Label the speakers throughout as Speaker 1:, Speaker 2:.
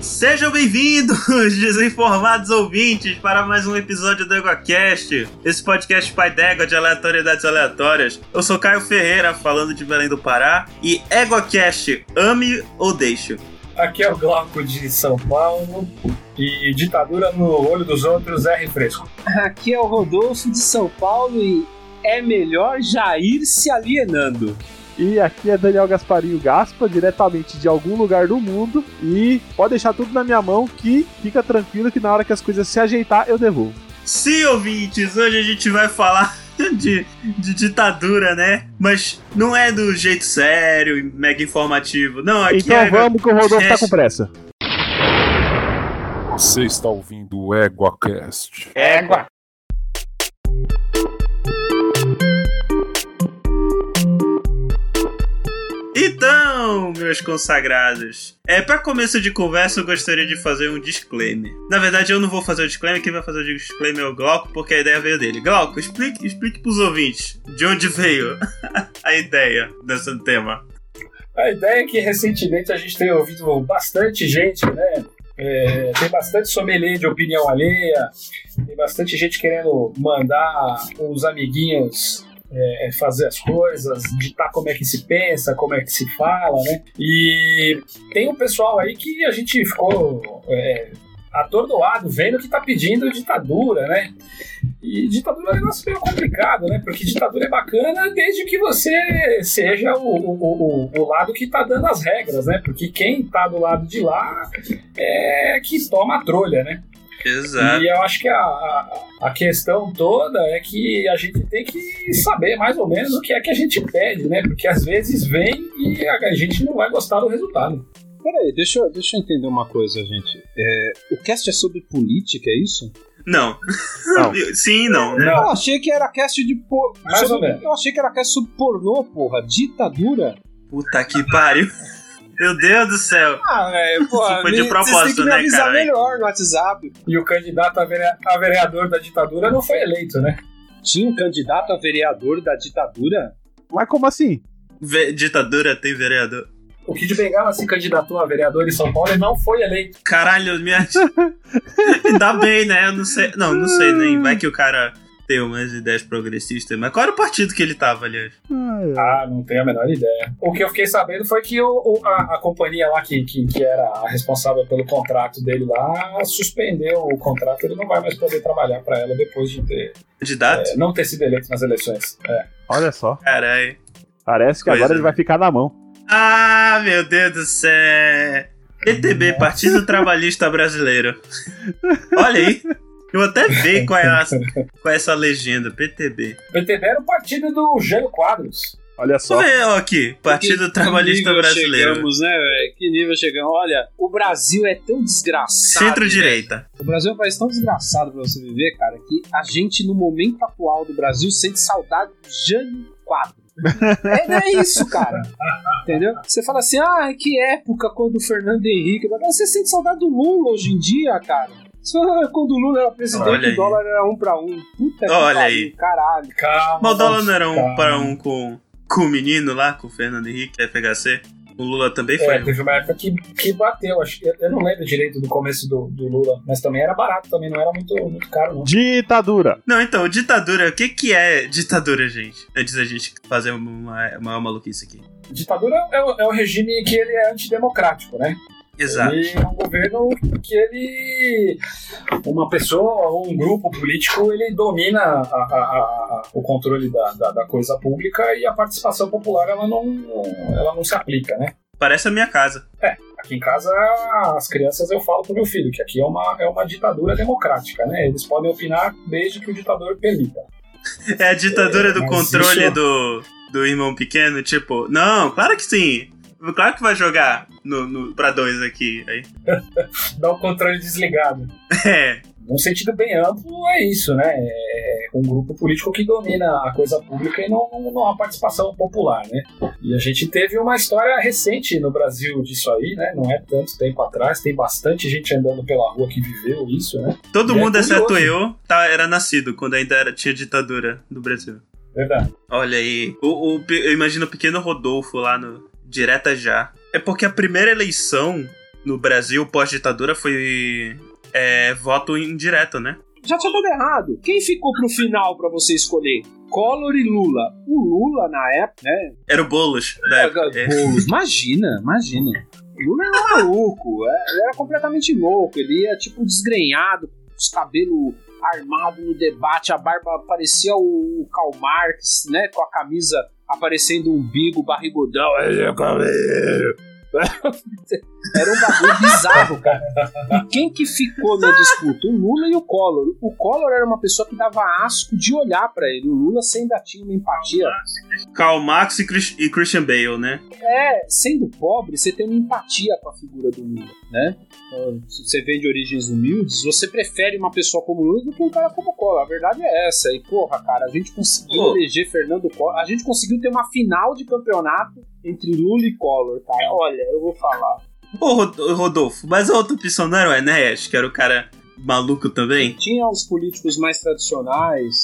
Speaker 1: Sejam bem-vindos, desinformados ouvintes, para mais um episódio do EgoCast, esse podcast pai d'égua de aleatoriedades aleatórias. Eu sou Caio Ferreira, falando de Belém do Pará, e EgoCast, ame ou deixe.
Speaker 2: Aqui é o Glauco de São Paulo e ditadura no olho dos outros é refresco.
Speaker 3: Aqui é o Rodolfo de São Paulo e é melhor Jair se alienando.
Speaker 4: E aqui é Daniel Gasparinho Gaspa, diretamente de algum lugar do mundo. E pode deixar tudo na minha mão que fica tranquilo que na hora que as coisas se ajeitar, eu devolvo.
Speaker 1: Sim, ouvintes, hoje a gente vai falar de, de ditadura, né? Mas não é do jeito sério e mega informativo. Não, aqui
Speaker 4: Então
Speaker 5: né?
Speaker 1: é.
Speaker 4: vamos que o Rodolfo tá com pressa.
Speaker 5: Você está ouvindo o EguaCast.
Speaker 2: Égua.
Speaker 1: Então, meus consagrados, é para começo de conversa eu gostaria de fazer um disclaimer. Na verdade, eu não vou fazer o disclaimer, quem vai fazer o disclaimer é o Glauco, porque a ideia veio dele. Glauco, explique, explique pros ouvintes de onde veio a ideia desse tema.
Speaker 2: A ideia é que recentemente a gente tem ouvido bastante gente, né? É, tem bastante sommelier de opinião alheia, tem bastante gente querendo mandar os amiguinhos é, fazer as coisas, ditar como é que se pensa, como é que se fala, né? E tem um pessoal aí que a gente ficou é, atordoado vendo que tá pedindo ditadura, né? E ditadura é um negócio meio complicado, né? Porque ditadura é bacana desde que você seja o, o, o, o lado que tá dando as regras, né? Porque quem tá do lado de lá é que toma a trolha, né?
Speaker 1: Exato.
Speaker 2: E eu acho que a, a, a questão toda é que a gente tem que saber mais ou menos o que é que a gente pede, né? Porque às vezes vem e a, a gente não vai gostar do resultado.
Speaker 3: Peraí, deixa, eu- deixa eu entender uma coisa, gente. É, o cast é sobre política, é isso?
Speaker 1: Não. Sim, não, né?
Speaker 3: Eu achei que era cast de por...
Speaker 2: Mais
Speaker 3: sobre-
Speaker 2: ou menos.
Speaker 3: Eu achei que era cast sobre pornô, porra. Ditadura.
Speaker 1: Puta que pariu. Meu Deus do céu.
Speaker 3: Ah, velho,
Speaker 1: É, porra, Foi de me- vocês têm que propósito,
Speaker 3: que
Speaker 1: me
Speaker 3: me
Speaker 1: né,
Speaker 3: avisar
Speaker 1: avisar cara?
Speaker 3: melhor no WhatsApp.
Speaker 2: E o candidato a, vere- a vereador da ditadura não foi eleito, né?
Speaker 3: Tinha um candidato a vereador da ditadura?
Speaker 4: Mas como assim?
Speaker 1: Ve- ditadura tem vereador.
Speaker 2: O Kid Bengala se candidatou a vereador em São Paulo e não foi eleito.
Speaker 1: Caralho, minha. Ainda bem, né? Eu não sei. Não, não sei nem. Vai que o cara tem umas ideias progressistas. Mas qual era o partido que ele tava, aliás?
Speaker 4: Ah,
Speaker 2: Ah, não tenho a menor ideia. O que eu fiquei sabendo foi que o, o- a, a companhia lá que, que, que era a responsável pelo contrato dele lá suspendeu o contrato. Ele não vai mais poder trabalhar para ela depois de ter
Speaker 1: Candidato?
Speaker 2: É, não ter sido eleito nas eleições. É.
Speaker 4: Olha só.
Speaker 1: Caralho.
Speaker 4: Parece que
Speaker 1: Coisa,
Speaker 4: agora ele
Speaker 1: né?
Speaker 4: vai ficar na mão.
Speaker 1: Ah, meu Deus do céu. PTB, Partido Trabalhista Brasileiro. Olha aí. Eu até vi qual é, a- qual é essa legenda, PTB.
Speaker 2: O PTB era o partido do Jânio Quadros.
Speaker 4: Olha só.
Speaker 1: Só eu aqui, Partido Trabalhista Brasileiro.
Speaker 3: Chegamos, né, velho? Que nível chegamos. Olha, o Brasil é tão desgraçado.
Speaker 1: Centro-direita.
Speaker 3: O Brasil é um país tão desgraçado pra você viver, cara, que a gente, no momento atual do Brasil, sente saudade do Jânio Quadro. É, é isso, cara. Entendeu? Você fala assim, ah, que época quando o Fernando Henrique. Mas você sente saudade do Lula hoje em dia, cara. Você fala, ah, Quando o Lula era
Speaker 1: Olha
Speaker 3: presidente,
Speaker 1: aí.
Speaker 3: o dólar era um pra um. Puta
Speaker 1: Olha
Speaker 3: que pariu,
Speaker 1: aí.
Speaker 3: caralho.
Speaker 2: Calma.
Speaker 1: Mas o dólar não era um
Speaker 2: calma.
Speaker 1: para um com, com o menino lá, com o Fernando Henrique, FHC. O Lula também
Speaker 2: É,
Speaker 1: foi.
Speaker 2: teve uma época que, que bateu. Acho, que- eu, eu não lembro direito do começo do, do Lula, mas também era barato, também não era muito, muito caro, não.
Speaker 4: Ditadura.
Speaker 1: Não, então, ditadura. O que, que é ditadura, gente? Antes da gente fazer uma maior maluquice aqui.
Speaker 2: Ditadura é, o- é um regime que ele é antidemocrático, né?
Speaker 1: Exato.
Speaker 2: Ele é um governo que ele. Uma pessoa ou um grupo político ele domina a- a- a- o controle da, da, da coisa pública e a participação popular ela não, ela não se aplica, né?
Speaker 1: Parece a minha casa.
Speaker 2: Aqui em casa, as crianças eu falo pro meu filho que aqui é uma, é uma ditadura democrática, né? Eles podem opinar desde que o ditador permita.
Speaker 1: É a ditadura
Speaker 2: É,
Speaker 1: do
Speaker 2: mas
Speaker 1: controle
Speaker 2: isso-
Speaker 1: do, do irmão pequeno, tipo, não, claro que sim. Claro que vai jogar no, no, pra dois aqui. Aí.
Speaker 2: Dá o controle desligado.
Speaker 1: É,
Speaker 2: Num sentido bem amplo, é isso, né? É um grupo político que domina a coisa pública e não, não, não há participação popular, né? E a gente teve uma história recente no Brasil disso aí, né? Não é tanto tempo atrás, tem bastante gente andando pela rua que viveu isso, né?
Speaker 1: todo
Speaker 2: E é
Speaker 1: mundo, exceto
Speaker 2: curioso.
Speaker 1: eu, tá, era nascido quando ainda era, tinha ditadura no Brasil.
Speaker 2: Verdade.
Speaker 1: Olha aí, o, o pe- eu imagino o pequeno Rodolfo lá no Direta Já. É porque a primeira eleição no Brasil pós-ditadura foi é, voto indireto, né?
Speaker 2: Já tinha dado errado. Quem ficou pro final pra você escolher? Collor e Lula. O Lula, na época, né?
Speaker 1: Era o Boulos da época. É.
Speaker 2: Boulos. Imagina, imagina. O Lula era um maluco. é, Ele era completamente louco. Ele ia, tipo, desgrenhado, com os cabelos armados no debate. A barba parecia o, o Karl Marx, né? Com a camisa aparecendo o umbigo, barrigudão. Era um bagulho bizarro, cara. E quem que ficou na disputa? O Lula e o Collor. O Collor era uma pessoa que dava asco de olhar pra ele. O Lula você ainda tinha uma empatia.
Speaker 1: É, Karl Marx e, Chris- e Christian Bale, né?
Speaker 2: É, sendo pobre, você tem uma empatia com a figura do Lula, né? Então, Se você vem de origens humildes, você prefere uma pessoa como o Lula do que um cara como o Collor. A verdade é essa. E, porra, cara, a gente conseguiu
Speaker 1: Pô.
Speaker 2: eleger Fernando Collor. A gente conseguiu ter uma final de campeonato entre Lula e Collor, cara. Olha, eu vou falar.
Speaker 1: Ô, Ro- Rodolfo, mas a outra opção não era o Enéas, que era o cara maluco também?
Speaker 2: Assim, tinha os políticos mais tradicionais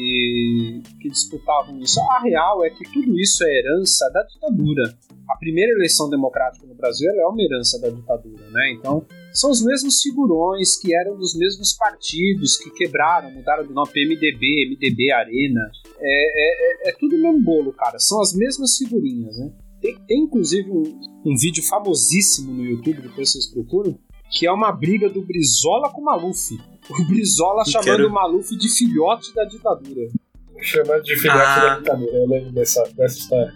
Speaker 2: que, que disputavam isso. A real é que tudo isso é herança da ditadura. A primeira eleição democrática no Brasil ela é uma herança da ditadura, né? Então, são os mesmos figurões que eram dos mesmos partidos que quebraram, mudaram de nome PMDB, MDB Arena. É, é, é, é tudo o mesmo bolo, cara. São as mesmas figurinhas, né? Tem, tem, inclusive um, um vídeo famosíssimo no YouTube, depois vocês procuram, que é uma briga do Brizola com o Maluf. O Brizola
Speaker 1: Eu
Speaker 2: chamando
Speaker 1: quero-
Speaker 2: o Maluf de filhote da ditadura.
Speaker 6: Chamando de filhote
Speaker 1: Ah.
Speaker 6: da ditadura, eu lembro dessa, dessa história.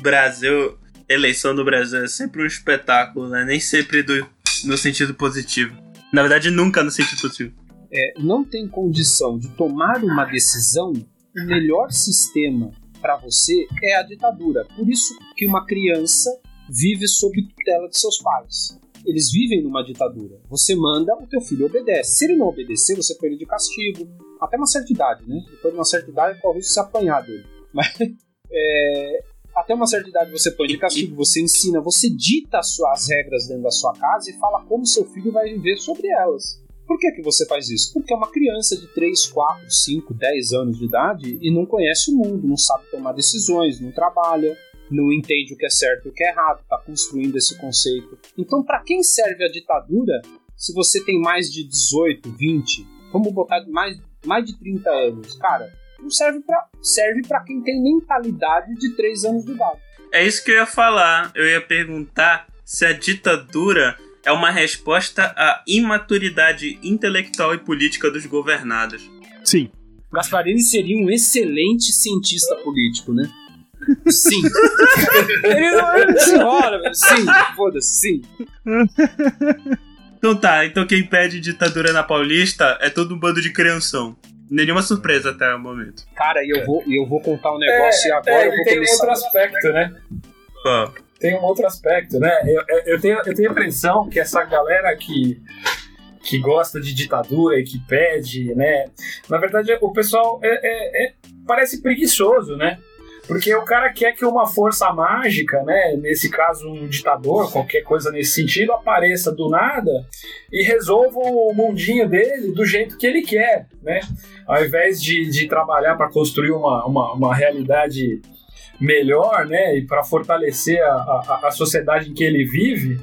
Speaker 1: Brasil, eleição do Brasil é sempre um espetáculo, né? Nem sempre do, no sentido positivo. Na verdade, nunca no sentido positivo.
Speaker 2: É, não tem condição de tomar uma decisão, o melhor sistema para você é a ditadura. Por isso que uma criança vive sob tutela de seus pais. Eles vivem numa ditadura. Você manda, o teu filho obedece. Se ele não obedecer, você põe ele de castigo. Até uma certa idade, né? Depois de uma certa idade, talvez você apanhar dele. Mas, é, até uma certa idade você põe de castigo, você ensina, você dita as suas regras dentro da sua casa e fala como seu filho vai viver sobre elas. Por que, que você faz isso? Porque é uma criança de 3, 4, 5, 10 anos de idade e não conhece o mundo, não sabe tomar decisões, não trabalha, não entende o que é certo e o que é errado, está construindo esse conceito. Então, para quem serve a ditadura se você tem mais de 18, 20? Vamos botar mais, mais de 30 anos. Cara, não serve para serve pra quem tem mentalidade de 3 anos de idade.
Speaker 1: É isso que eu ia falar. Eu ia perguntar se a ditadura é uma resposta à imaturidade intelectual e política dos governados.
Speaker 3: Sim.
Speaker 2: Gasparini seria um excelente cientista político, né? Sim. ele não ele não se enrola, velho. Sim, foda-se, sim.
Speaker 1: Então tá, então quem pede ditadura na Paulista é todo um bando de crianção. Nenhuma surpresa até o momento.
Speaker 2: Cara, e eu vou, e eu vou contar um negócio e agora
Speaker 6: É,
Speaker 2: eu
Speaker 6: ele
Speaker 2: vou
Speaker 6: tem um
Speaker 2: começar.
Speaker 6: outro aspecto, né?
Speaker 1: Ó,
Speaker 6: tem um outro aspecto, né? Eu, eu- eu tenho, eu tenho a impressão que essa galera que, que gosta de ditadura e que pede, né? Na verdade, o pessoal é- é- é- parece preguiçoso, né? Porque o cara quer que uma força mágica, né? Nesse caso, um ditador, qualquer coisa nesse sentido, apareça do nada e resolva o mundinho dele do jeito que ele quer, né? Ao invés de, de trabalhar para construir uma, uma, uma realidade melhor, né, e para fortalecer a, a, a sociedade em que ele vive,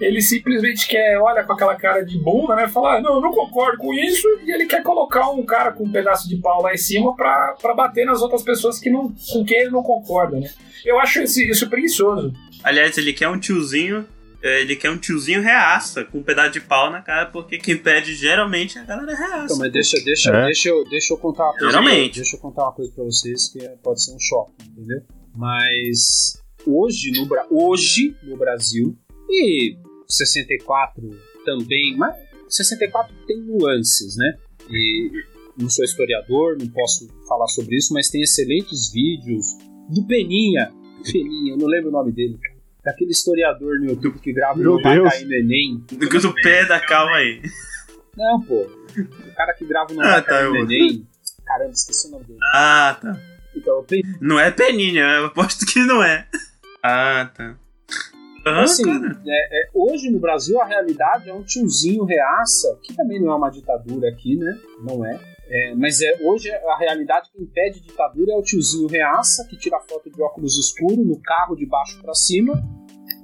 Speaker 6: ele simplesmente quer, olha com aquela cara de bunda, né, falar, não, eu não concordo com isso, e ele quer colocar um cara com um pedaço de pau lá em cima para bater nas outras pessoas que não, com quem ele não concorda, né. Eu acho esse, isso preguiçoso.
Speaker 1: Aliás, ele quer um tiozinho. eh, Ele quer um tiozinho reaça, com um pedaço de pau na cara, porque quem pede geralmente é a galera reaça.
Speaker 2: Então, mas deixa, deixa,
Speaker 3: É.
Speaker 2: deixa, eu, deixa eu contar uma coisa.
Speaker 1: Geralmente.
Speaker 2: Deixa eu contar uma coisa pra vocês que é- pode ser um choque, entendeu? Mas hoje no, Bra- hoje no Brasil, e 64 também, mas 64 tem nuances, né? E não sou historiador, não posso falar sobre isso, mas tem excelentes vídeos do Peninha. Peninha, eu não lembro o nome dele. Daquele historiador no YouTube que grava
Speaker 3: Meu
Speaker 2: o Vai
Speaker 3: Deus.
Speaker 2: Cair no Enem.
Speaker 1: Do pé da calma aí.
Speaker 2: Não, pô. O cara que grava no
Speaker 1: Ah,
Speaker 2: ah,
Speaker 1: tá, eu-
Speaker 2: Neném. Caramba, esqueci o nome dele.
Speaker 1: Ah, tá.
Speaker 2: Então, eu pensei,
Speaker 1: Não é peninha, eu aposto que não é. Ah, tá. Aham,
Speaker 2: assim,
Speaker 1: cara.
Speaker 2: é, é, hoje no Brasil a realidade é um tiozinho reaça, que também não é uma ditadura aqui, né? Não é. É, mas é, hoje a realidade que impede ditadura é o tiozinho reaça, que tira foto de óculos escuro no carro de baixo pra cima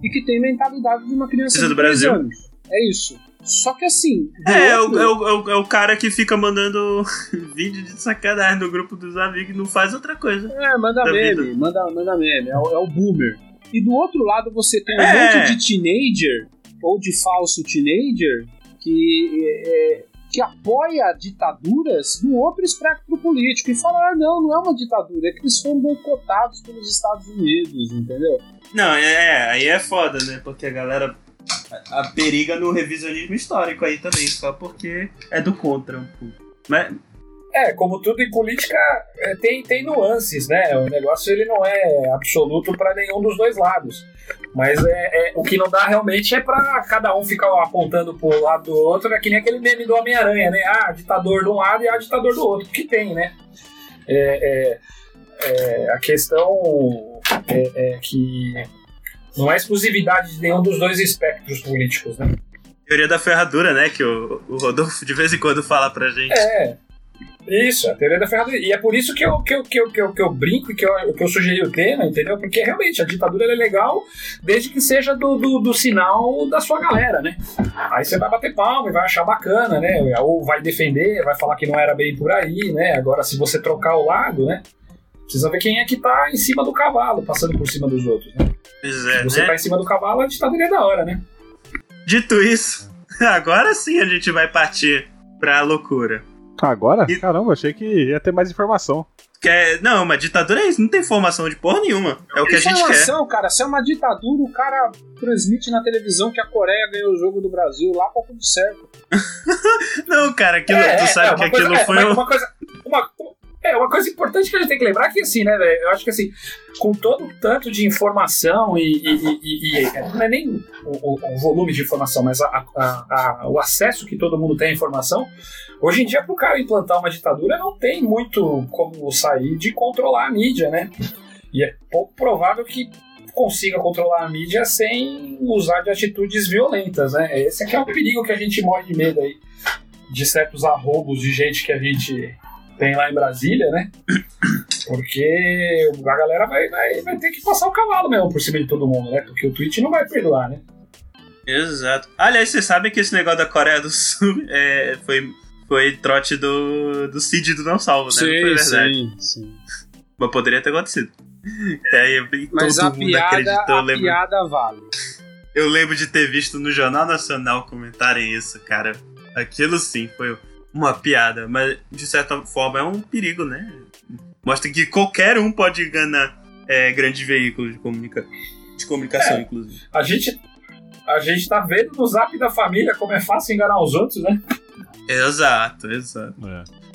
Speaker 2: e que tem mentalidade de uma criança
Speaker 1: Precisa
Speaker 2: de
Speaker 1: do
Speaker 2: três
Speaker 1: Brasil.
Speaker 2: anos. É isso. Só que assim. do
Speaker 1: É, é o,
Speaker 2: outro-
Speaker 1: é, o, é o- é o cara que fica mandando vídeo de sacanagem no grupo dos amigos e não faz outra coisa.
Speaker 2: É, manda
Speaker 1: da
Speaker 2: meme,
Speaker 1: vida.
Speaker 2: manda, manda meme, é o, é o boomer. E do outro lado você tem um
Speaker 1: É.
Speaker 2: monte de teenager, ou de falso teenager, que, é, que apoia ditaduras do outro espectro político e fala: ah, não, não é uma ditadura, é que eles foram boicotados pelos Estados Unidos, entendeu?
Speaker 1: Não, é, é, aí é foda, né? Porque a galera. a- A periga no revisionismo histórico aí também, só porque é do contra um pouco. Mas,
Speaker 6: É, como tudo em política, é, tem, tem nuances, né? O negócio ele não é absoluto para nenhum dos dois lados. Mas é, é- o que não dá realmente é para cada um ficar apontando pro lado do outro, é que nem aquele meme do Homem-Aranha, né? Ah, ditador de um lado e ah, ditador do outro, que tem, né? É, é- é, a questão é, é que não é exclusividade de nenhum dos dois espectros políticos, né?
Speaker 1: teoria da ferradura, né? Que o, o Rodolfo de vez em quando fala pra gente.
Speaker 6: É. Isso, a teoria da ferradura. E é por isso que eu, que eu, que eu, que eu, que eu brinco e que eu, que eu sugeri o tema, entendeu? Porque realmente a ditadura ela é legal desde que seja do, do, do sinal da sua galera, né? Aí você vai bater palma e vai achar bacana, né? Ou vai defender, vai falar que não era bem por aí, né? Agora, se você trocar o lado, né? Precisa ver quem é que tá em cima do cavalo, passando por cima dos outros, né?
Speaker 1: Pois
Speaker 6: Se
Speaker 1: é,
Speaker 6: você
Speaker 1: né?
Speaker 6: tá em cima do cavalo, a ditadura é da hora, né?
Speaker 1: Dito isso, agora sim a gente vai partir pra loucura.
Speaker 3: Agora?
Speaker 1: E-
Speaker 3: Caramba, achei que ia ter mais informação.
Speaker 1: Que é- não, mas ditadura é isso, não tem formação de porra nenhuma. É o que a gente quer.
Speaker 2: Informação, cara, se é uma ditadura, o cara transmite na televisão que a Coreia ganhou o jogo do Brasil lá pra tudo certo.
Speaker 1: Não, cara, aquilo, tu sabe que
Speaker 6: uma coisa-
Speaker 1: aquilo
Speaker 6: é,
Speaker 1: foi
Speaker 6: uma,
Speaker 1: um.
Speaker 6: uma coisa. Uma, é, uma coisa importante que a gente tem que lembrar é que, assim, né, velho? Eu acho que, assim, com todo o tanto de informação e. e- e- e- e- não é nem o, o- o volume de informação, mas a- a- a- o acesso que todo mundo tem à informação. Hoje em dia, pro cara implantar uma ditadura, não tem muito como sair de controlar a mídia, né? E é pouco provável que consiga controlar a mídia sem usar de atitudes violentas, né? Esse aqui é o perigo que a gente morre de medo aí de certos arrobos de gente que a gente tem lá em Brasília, né? Porque a galera vai, vai, vai ter que passar o cavalo mesmo por cima de todo mundo, né? Porque o Twitch não vai perdoar, né?
Speaker 1: Exato. Aliás, vocês sabem que esse negócio da Coreia do Sul é, foi, foi trote do, do Cid do Não Salvo, né? não foi verdade.
Speaker 2: sim.
Speaker 1: Mas poderia ter acontecido. É, E aí,
Speaker 2: Mas
Speaker 1: todo
Speaker 2: a
Speaker 1: mundo
Speaker 2: piada,
Speaker 1: acreditou. Eu
Speaker 2: a
Speaker 1: lembro,
Speaker 2: piada vale.
Speaker 1: eu lembro de ter visto no Jornal Nacional comentarem isso, cara. Aquilo sim foi uma piada, mas de certa forma é um perigo, né? Mostra que qualquer um pode enganar é, grandes veículos de, comunica de
Speaker 6: É.
Speaker 1: comunicação, inclusive.
Speaker 6: A gente, a gente tá vendo no zap da família como é fácil enganar os outros, né?
Speaker 1: Exato, exato.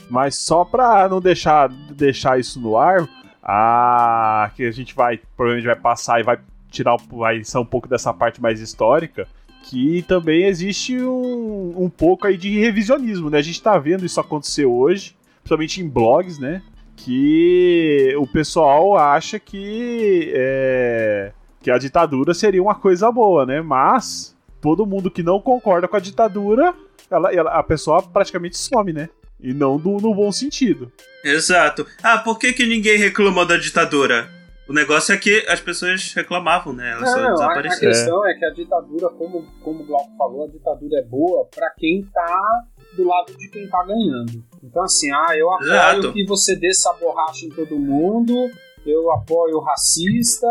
Speaker 3: Mas só pra não deixar, deixar isso no ar, a, que a gente vai, provavelmente vai passar e vai tirar, um- vai ser um pouco dessa parte mais histórica, que também existe um, um pouco aí de revisionismo, né? A gente tá vendo isso acontecer hoje, principalmente em blogs, né? Que o pessoal acha que, é, que a ditadura seria uma coisa boa, né? Mas todo mundo que não concorda com a ditadura, ela- ela- a pessoa praticamente some, né? E não do, no bom sentido.
Speaker 1: Exato. Ah, por que, que ninguém reclamou da ditadura? O negócio é que as pessoas reclamavam, né? Elas só
Speaker 2: Não, a, a
Speaker 1: desapareceram.
Speaker 2: questão é que a ditadura, como, como o Glauco falou, a ditadura é boa pra quem tá do lado de quem tá ganhando. Então, assim, ah, eu apoio
Speaker 1: Exato.
Speaker 2: que você dê essa borracha em todo mundo, eu apoio o racista,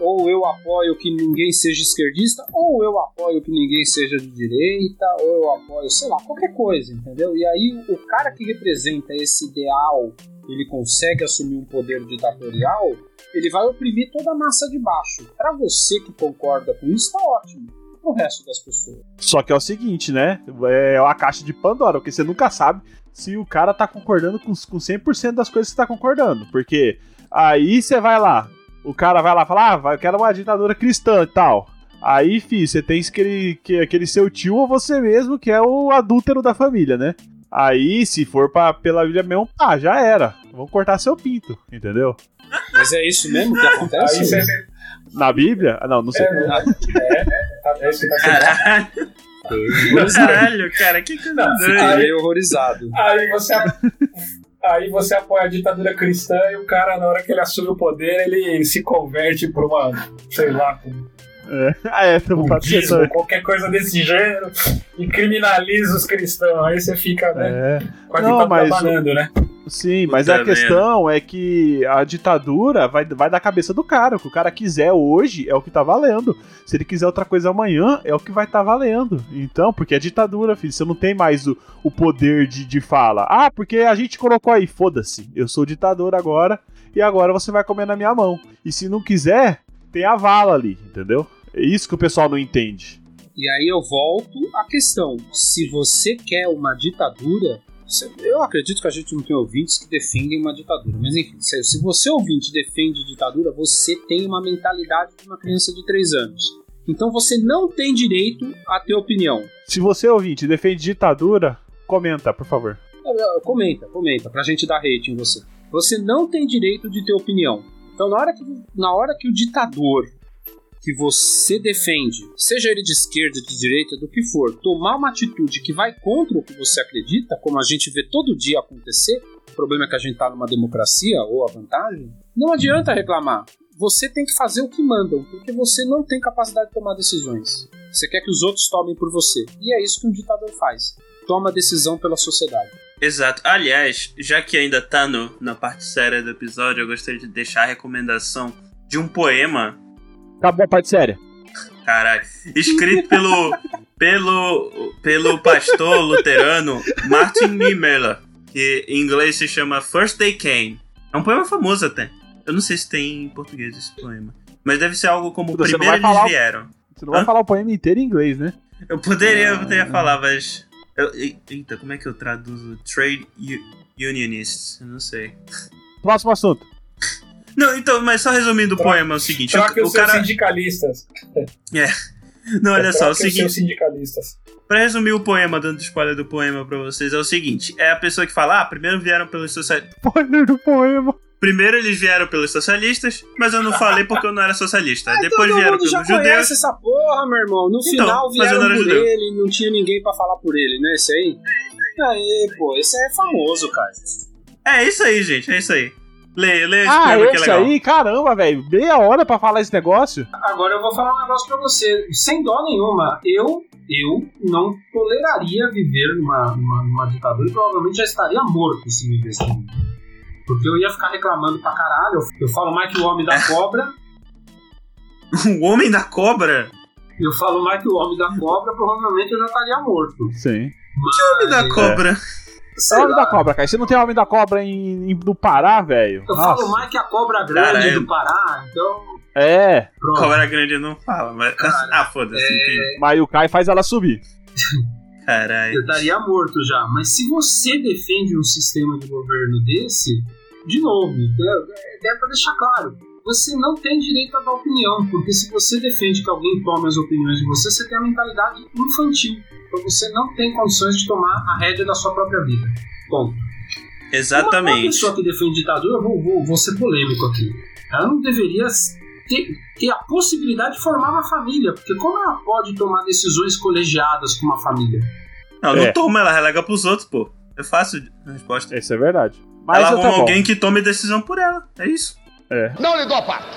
Speaker 2: ou eu apoio que ninguém seja esquerdista, ou eu apoio que ninguém seja de direita, ou eu apoio, sei lá, qualquer coisa, entendeu? E aí o cara que representa esse ideal, ele consegue assumir um poder ditatorial, ele vai oprimir toda a massa de baixo. Pra você que concorda com isso, tá ótimo. Pro resto das pessoas.
Speaker 3: Só que é o seguinte, né? É uma caixa de Pandora, porque você nunca sabe se o cara tá concordando com, com 100% das coisas que você tá concordando. Porque aí você vai lá, o cara vai lá falar, ah, vai- eu quero uma ditadura cristã e tal. Aí, fi, você tem aquele, que- aquele seu tio ou você mesmo que é o adúltero da família, né? Aí, se for pra, pela Bíblia mesmo, ah, já era. Vão cortar seu pinto, entendeu?
Speaker 2: Mas é assim, isso mesmo que acontece?
Speaker 6: Aí você
Speaker 3: Na Bíblia? Ah, não, não sei.
Speaker 6: é, é isso que tá acontecendo.
Speaker 1: Caralho, caralho, cara, que coisa
Speaker 6: Não,
Speaker 1: doida.
Speaker 2: Fiquei horrorizado.
Speaker 6: Aí você, aí você apoia a ditadura cristã e o cara, na hora que ele assume o poder, ele se converte pra um uma, sei lá,
Speaker 3: Ah, é, então pode ser
Speaker 6: budismo,
Speaker 3: também.
Speaker 6: qualquer coisa desse gênero, e criminaliza os cristãos. Aí você fica, né?
Speaker 3: É.
Speaker 6: Quase
Speaker 3: Não,
Speaker 6: tá
Speaker 3: mas
Speaker 6: trabalhando, né?
Speaker 3: Sim, mas
Speaker 1: Puta
Speaker 3: a questão é que a ditadura vai, vai da cabeça do cara. O que o cara quiser hoje é o que tá valendo. Se ele quiser outra coisa amanhã, é o que vai tá valendo. Então, porque é ditadura, filho. Você não tem mais o, o poder de, de fala. Ah, porque a gente colocou aí, foda-se. Eu sou ditador agora e agora você vai comer na minha mão. E se não quiser, tem a vala ali, entendeu? É isso que o pessoal não entende.
Speaker 2: E aí eu volto à questão: se você quer uma ditadura, se- eu acredito que a gente não tem ouvintes que defendem uma ditadura, mas enfim, se, se você ouvinte defende ditadura, você tem uma mentalidade de uma criança de 3 anos. Então você não tem direito a ter opinião.
Speaker 3: Se você ouvinte defende ditadura, comenta, por favor.
Speaker 2: Ah, Comenta, comenta, pra gente dar rating em você. Você não tem direito de ter opinião. Então, na hora que, na hora que o ditador que você defende, seja ele de esquerda, de direita, do que for, tomar uma atitude que vai contra o que você acredita, como a gente vê todo dia acontecer, o problema é que a gente tá numa democracia, ou a vantagem, não adianta reclamar. Você tem que fazer o que mandam, porque você não tem capacidade de tomar decisões. Você quer que os outros tomem por você. E é isso que um ditador faz. Toma decisão pela sociedade.
Speaker 1: Exato. Aliás, já que ainda tá no, na parte séria do episódio, eu gostaria de deixar a recomendação de um poema,
Speaker 3: Acabou a parte séria.
Speaker 1: caralho, escrito pelo, pelo, pelo pastor luterano Martin Niemöller, que em inglês se chama First Day Came. É um poema famoso até. Eu não sei se tem em português esse poema. Mas deve ser algo como
Speaker 3: Você não
Speaker 1: Primeiro
Speaker 3: vai
Speaker 1: Eles
Speaker 3: falar-
Speaker 1: Vieram.
Speaker 3: Você não vai
Speaker 1: Hã?
Speaker 3: falar o poema inteiro em inglês, né?
Speaker 1: Eu poderia, eu
Speaker 3: Ah.
Speaker 1: poderia falar, mas. Eu, e- eita, como é que eu traduzo? Trade u- unionists? Eu não sei.
Speaker 3: Próximo assunto.
Speaker 1: Não, então, mas só resumindo o
Speaker 6: Troca-
Speaker 1: poema é o seguinte:
Speaker 6: Troque
Speaker 1: o,
Speaker 6: os
Speaker 1: o
Speaker 6: seus
Speaker 1: cara.
Speaker 6: sindicalistas.
Speaker 2: assim.
Speaker 1: Não, olha só, é o
Speaker 6: Troque os seus
Speaker 1: seguinte.
Speaker 6: sindicalistas.
Speaker 1: Pra resumir o poema, dando spoiler do poema pra vocês, é o seguinte: é a pessoa que fala, ah, primeiro vieram pelos socialistas.
Speaker 3: Spoiler do poema.
Speaker 1: Primeiro eles vieram pelos socialistas, mas eu não falei porque eu não era socialista. Depois
Speaker 2: Todo
Speaker 1: vieram pelos
Speaker 2: mundo já
Speaker 1: judeus.
Speaker 2: conhece essa porra, meu irmão. No
Speaker 1: Então,
Speaker 2: final
Speaker 1: mas eu
Speaker 2: vieram
Speaker 1: não era
Speaker 2: por
Speaker 1: judeu.
Speaker 2: ele, não tinha ninguém pra falar por ele, né? Esse aí? Aê, pô, esse aí é famoso, cara.
Speaker 1: É isso aí, gente, é isso aí. Leia, leia esse
Speaker 3: Ah,
Speaker 1: poema que é
Speaker 3: esse
Speaker 1: legal.
Speaker 3: aí, caramba, velho. Meia hora pra falar esse negócio.
Speaker 2: Agora eu vou falar um negócio pra você, sem dó nenhuma. Eu, eu não toleraria viver numa, numa, numa ditadura e provavelmente já estaria morto se me desse mundo. Porque eu ia ficar reclamando pra caralho. Eu falo mais que o homem da cobra.
Speaker 1: O Homem da Cobra?
Speaker 2: Eu falo mais que o homem da cobra, provavelmente eu já estaria morto.
Speaker 3: Sim.
Speaker 1: O Homem da Cobra.
Speaker 3: É o
Speaker 2: Sei
Speaker 3: Homem
Speaker 2: lá,
Speaker 3: da Cobra, cara. Você não tem Homem da Cobra em, em- no Pará, velho?
Speaker 2: eu
Speaker 3: Nossa.
Speaker 2: falo mais que a cobra grande
Speaker 1: Caralho.
Speaker 2: do Pará, então.
Speaker 3: É,
Speaker 2: Pronto.
Speaker 1: Cobra grande não fala, mas. ah,
Speaker 2: é,
Speaker 1: foda-se, entendi.
Speaker 3: mas o Kai faz ela subir.
Speaker 1: Caralho.
Speaker 2: Eu estaria morto já. Mas se você defende um sistema de governo desse, de novo, é, é para deixar claro. Você não tem direito a dar opinião, porque se você defende que alguém tome as opiniões de você, você tem a mentalidade infantil. Então você não tem condições de tomar a rédea da sua própria vida. Bom, Uma, uma
Speaker 1: Exatamente.
Speaker 2: pessoa que defende ditadura, eu vou, vou, vou ser polêmico aqui. Ela não deveria ter, ter a possibilidade de formar uma família, porque como ela pode tomar decisões colegiadas com uma família?
Speaker 1: Não, não
Speaker 3: É.
Speaker 1: toma, ela relega pros outros, pô. É fácil a resposta.
Speaker 3: Isso é verdade. Mas
Speaker 1: ela
Speaker 3: tá
Speaker 1: arruma
Speaker 3: bom.
Speaker 1: alguém que tome decisão por ela. É isso.
Speaker 7: Não lhe dou a parte.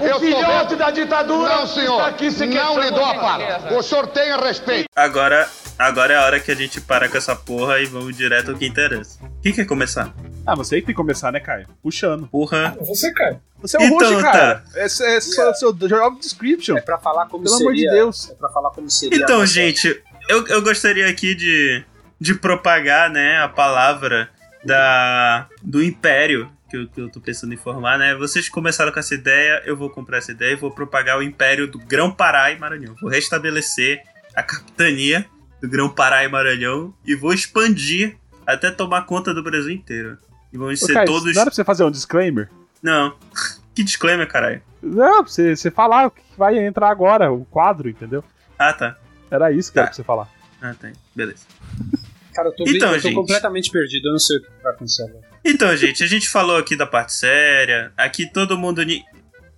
Speaker 7: O eu filhote da ditadura não, senhor, está aqui se Não lhe dou a parte. O senhor tenha respeito.
Speaker 1: Agora, agora é a hora que a gente para com essa porra e vamos direto ao que interessa. Quem quer começar?
Speaker 3: Ah, você que tem que começar, né, Caio? Puxando.
Speaker 1: Porra.
Speaker 6: Você, cara.
Speaker 3: Você é um
Speaker 1: Então,
Speaker 3: host, cara. É, é só seu job description.
Speaker 2: É pra falar como
Speaker 3: Pelo amor de Deus.
Speaker 2: É pra falar como seria.
Speaker 1: Então, gente, eu, eu gostaria aqui de, de propagar, né, a palavra da, do império que eu, que eu tô pensando em formar, né? Vocês começaram com essa ideia, eu vou comprar essa ideia e vou propagar o império do Grão-Pará e Maranhão. Vou restabelecer a capitania do Grão-Pará e Maranhão e vou expandir até tomar conta do Brasil inteiro. E vão
Speaker 3: Ô,
Speaker 1: ser
Speaker 3: Caio,
Speaker 1: todos...
Speaker 3: Não era pra você fazer um disclaimer?
Speaker 1: Não. que disclaimer, caralho.
Speaker 3: Não, pra você, você falar o que vai entrar agora, o quadro, entendeu?
Speaker 1: Ah, tá.
Speaker 3: Era isso que era
Speaker 1: Tá.
Speaker 3: pra você falar.
Speaker 1: Ah, tá. Beleza.
Speaker 2: Cara, eu tô,
Speaker 1: Então,
Speaker 2: eu tô
Speaker 1: gente.
Speaker 2: completamente perdido, eu não sei o que tá vai acontecer agora.
Speaker 1: Então, gente, a gente falou aqui da parte séria. Aqui todo mundo. ni-